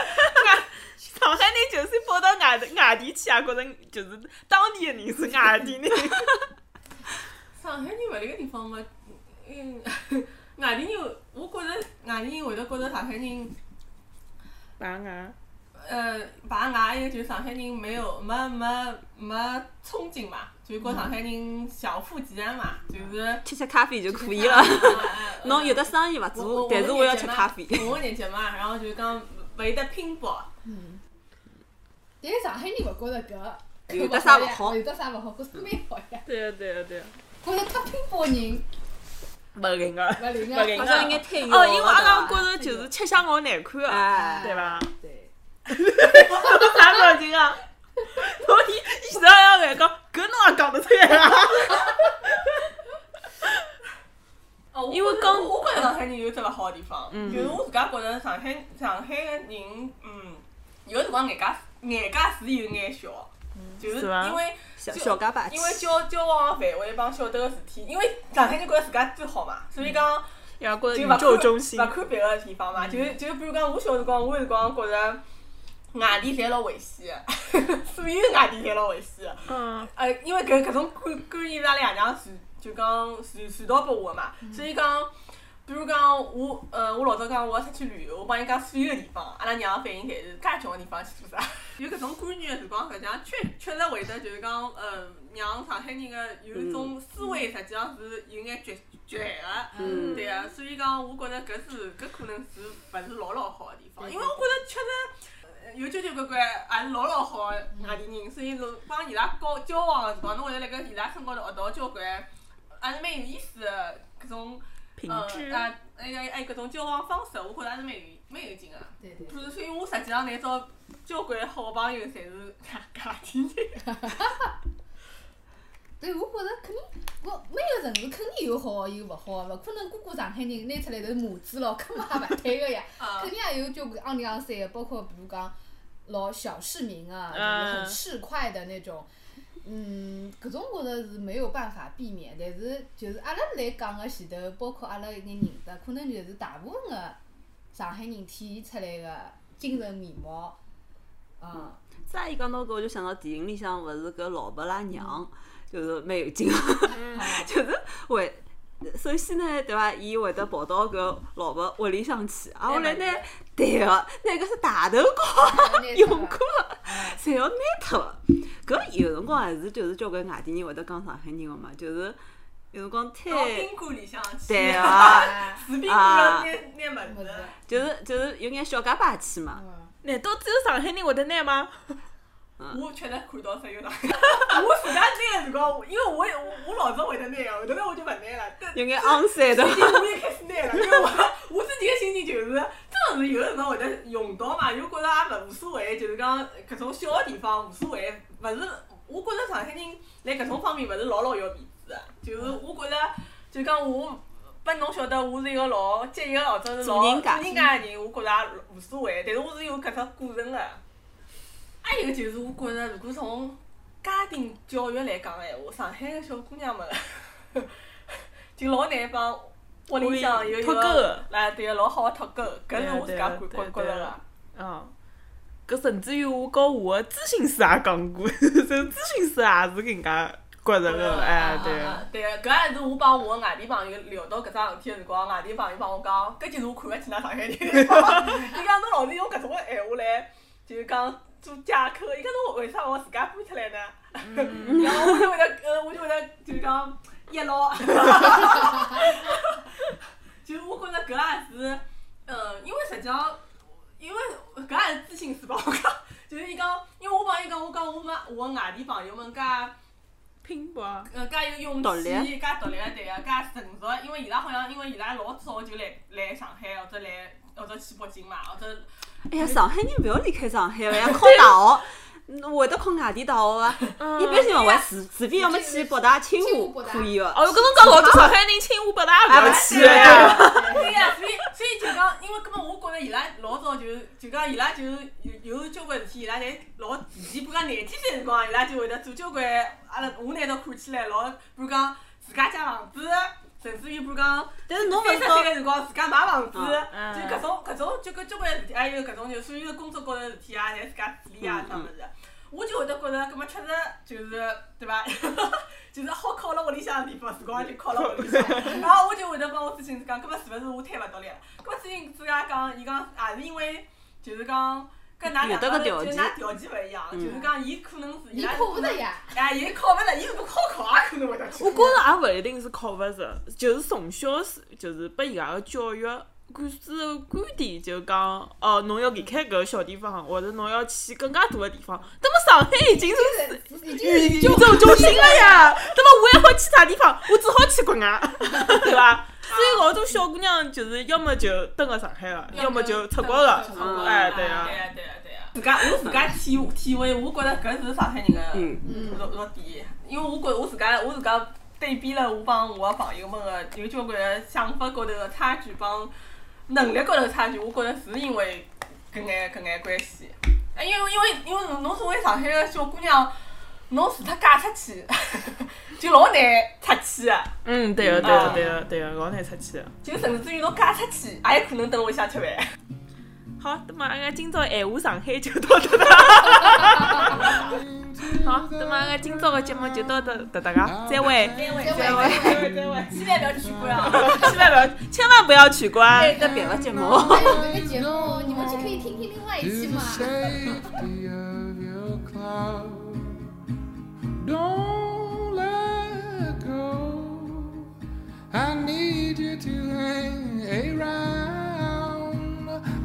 A: 外上海人就是跑到外头外地去啊，觉着就是当地的人是外地人，
D: 上海人勿来个地方嘛，嗯， 外地人，我觉着外地人会得觉着上海人，
A: 哪能？
D: 呃，排外，还有就是上海人没有没没没憧憬嘛，就是觉上海人小富即安嘛，就是。
C: 吃吃咖啡就可以
D: 啊
C: 了。
D: 啊
C: 侬有的生意勿
D: 我
C: 做
D: 我，
C: 但是
D: 我
C: 要
D: 日
C: 吃
D: 脚嘛
C: 咖啡。
D: 我个日脚嘛，然后就是讲勿会得拼搏，
B: 但是上海人勿觉着搿。
C: 有得啥
B: 勿
C: 勿好
B: 有得啥勿好？觉着蛮好呀。
A: 对啊对啊对啊，
B: 觉着太拼搏人
A: 勿搿个。
B: 勿灵
A: 勿灵
B: 啊！
C: 好像应该退休
A: 哦，因为阿拉
C: 对
A: 觉着就是吃相老难看啊，
C: 哎，
A: 对伐？
B: 对，
A: 啥表情啊？侬伊现在要来讲，搿侬也讲得出来啊？
D: 哦，
A: 因为刚
D: 我觉着上海人有只勿好个地方，就是我自家觉着上海上海个人，嗯，有辰光眼界眼界是有眼小，就是
A: 是伐
D: 因为
C: 小
D: 就
C: 小家吧唧，
D: 因为交交往个范围帮晓得个事体，因为上海人觉着自家最好嘛，所以讲
A: 要觉着
D: 就
A: 宇
D: 勿看
A: 宙中心嗯
D: 勿，看别个地方嘛，就是就是比如讲我小辰光，我有辰光觉着外地侪老危险 个，所有外地侪老危险个。
A: 嗯，
D: 呃，因为搿搿种观观念是阿拉爷娘传，就讲传传导拨我个嘛，
A: 嗯
D: 所以讲，比如讲我，呃，我老早讲我要出去旅游，我帮伊讲所有个地方，阿拉娘反应侪是介穷个地方去做啥？ 有搿种观念个辰光，实际上确确实会得就是讲，呃，让上海人个有一种思
A: 嗯
D: 维，实际上是有眼局局限个。
C: 嗯
D: 对啊，所以讲，我觉着搿是搿可能是勿是老老好个地方，因为我觉着确实呃有交交关关也是老老好个外地人，所以侬帮伊拉交交往个辰光，侬会得辣盖伊拉身高头学到交关，也是蛮有意思个搿种
A: 品
D: 呃
A: 质，
D: 啊那个还有搿种交往方式，我觉着还是蛮有蛮有劲个。
B: 对对
D: 所以，所以我实际上拿到交关好朋友侪是假假体人。
B: 对，我觉着肯定，我每个城市肯定有好的有勿好的，勿可能个个上海人拿出来都是母子咯，根本也勿对个呀。
D: 啊
B: 肯定也有交关昂里昂塞的，包括比如讲老小市民啊，就是
A: 嗯
B: 很市侩的那种。嗯，搿种觉着是没有办法避免，但是就是阿拉来讲个前头，包括阿拉一眼认得，可能就是大部分个上海人体现出来个精神面貌，啊、
C: 再一讲到搿，我就想到电影里向勿是搿老伯拉娘，就是蛮有劲， 就是会。首先呢，对伐？伊会得跑到搿老伯屋里向去，啊，后来呢，对哦个、拿搿是大头
B: 嗯，还有那
C: 用
B: 啥
C: 过，侪要拿脱个。搿有辰光还是就是交关外地人会得讲上海人个嘛，就是有辰光
D: 到
C: 太
D: 宾馆里向去，
C: 对个、
B: 啊，
D: 住宾馆拿拿
B: 不
D: 物
B: 是，
D: 事，
C: 就是就是有眼小家霸气嘛。
B: 嗯，
A: 难道只有上海人会得拿吗？
D: 我确实看到只有上海。 我自家拿个辰光，因为我也我我老早会得拿个，后头呢我就勿拿了。但
C: 有眼昂塞的，
D: 我也开始拿了，因为我我自己的心情就是，真的是有的辰光会得用到嘛，又觉啊着也勿无所谓，就是讲搿种小的地方无所谓，勿是我觉着上海人辣搿种方面勿是老老要面子的，就是我觉着就讲我。拨侬晓得，我是一个老节约或者是老
C: 做人家
D: 做人家的人，我觉着也无所谓。但是我是有搿只过程的。还有一个就是，我觉着如果从家庭教育来讲个闲话，上海个小姑娘们 就老难帮屋里向有一
A: 脱钩
D: 个
A: 的
D: 来对个老好个脱钩，搿是我自家
A: 对
D: 感
A: 啊对啊
D: 觉觉
A: 对啊
D: 着
A: 对
D: 个
A: 啊。嗯，搿甚至于我和我的咨询师也讲过， 这咨询师也是搿能介觉着个，哎，对
D: 啊，对个，搿也是我帮我外地朋友聊到搿桩事体个辰光，外地朋友帮我讲，搿就是我看勿起㑚上海人。伊讲侬老是用搿种个闲话来，就是讲做借口。伊讲侬为啥勿自家搬出来呢？然后我就会得，呃，我就会得就是讲一老。就是我觉着搿也是，呃，因为实际上，因为搿也是自信是吧？我讲，就是伊讲，因为我朋友讲，我讲我们我外地朋友们介。
A: 拼搏，
D: 呃，介有勇
C: 独
D: 气，
C: 立
D: 介独立个对个，介成熟的，因为伊拉好像，因为伊拉老早就来来上海，或者来或者去北京嘛，或者
C: 哎呀，上海人勿要离开上海了哦呀，考 大学。嗯会得考外地大学啊，
A: 嗯
C: 一般性勿会，除除非要么去北大、清
B: 清
C: 华
B: 华北大
C: 可以
A: 哦，
C: 哦。
A: 搿辰 光老多上海人请我八大
C: 也
A: 也
C: 勿
A: 勿
C: 去
A: 去，
C: 哎
A: 对
C: 呀
A: 伐
D: 对呀，所以所以就讲，因为根本我觉着伊拉老早就就讲伊拉就有有交关事体，伊拉侪老提前，比如讲廿天前辰光，伊拉就会得做交关，阿拉我拿到看起来老，比如讲自家借房子，甚至于比如讲
C: 但是侬勿
D: 三
C: 是
D: 十
C: 到
D: 岁个辰光自家买房子，
A: 嗯
D: 就搿种搿种就搿交关事体，还有搿种就所有的工作高头事体啊，侪自家处理啊啥物事。我就会得觉着，搿么确实就是对伐？ 就是好靠辣屋里向的地方，辰光就靠辣屋里向。然后我就会得帮我咨询师讲，搿么是勿是我太勿独立了？搿么咨询师也讲，伊讲也是因为就是讲搿㑚
C: 有
D: 两
C: 得个
D: 个
C: 条
D: 人就是
C: 件
D: 㑚条件勿一样，就是讲伊可能是伊
B: 你
D: 拉
B: 看勿
D: 可
B: 着
D: 能
B: 呀，
D: 哎，伊考勿着，伊如果考考也可能会得去
A: 我。觉着也勿一定是靠勿着，就是从小是就是拨伊拉个教育啊灌输个观点，就讲哦，侬要离开搿个小地方，或者侬要去更加大个地方。那么上海已经是
B: 已经
A: 宇
B: 已经
A: 宇宙中心了呀，那么我还好去啥地方？我只好去国外， 对伐？所以老多小姑娘就是要么就蹲个上海了，要么就出国了
D: 出。
C: 国了
A: 哎对
D: 对
A: 啊
D: 对啊，对啊，对啊。自家我自家体体会，我觉着搿是上海人的
C: 嗯，
B: 嗯
D: 弱弱点，因为我觉我自家我自家对比了我帮我的朋友们个有交关的想法高头的差距帮能力高头的差距，我觉着是因为搿眼搿眼关系。哎，因为因为因为侬作为上海个小姑娘，侬除脱嫁出去，就老难出去个。
A: 嗯，对个对个对个对个，啊老难出去的。
D: 就甚至于侬嫁出去，也有可能等屋里向吃饭。
A: 好，那么阿拉今朝闲话上海就到这了。好，那么阿拉今朝个节目就到这到这噶，再会。
D: 再会，
B: 再会
D: 再会，再会，再会，千万不要去过啊！
A: 千万不要，千万不要取关。
C: 得别个节目。
B: 还有哎这个节目，你们去可以听听另外一期
E: to the
B: 嘛。
E: safety of your cloud. Don't let go. I need you to hang around.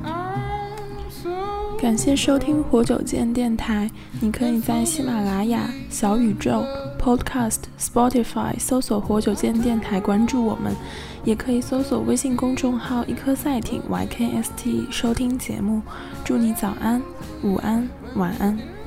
E: I'm so
F: 感谢收听活久见电台。你可以在喜马拉雅、小宇宙、Podcast、Spotify 搜索“活久见电台”关注我们，也可以搜索微信公众号“一颗赛艇 ”YKST 收听节目。祝你早安、午安、晚安。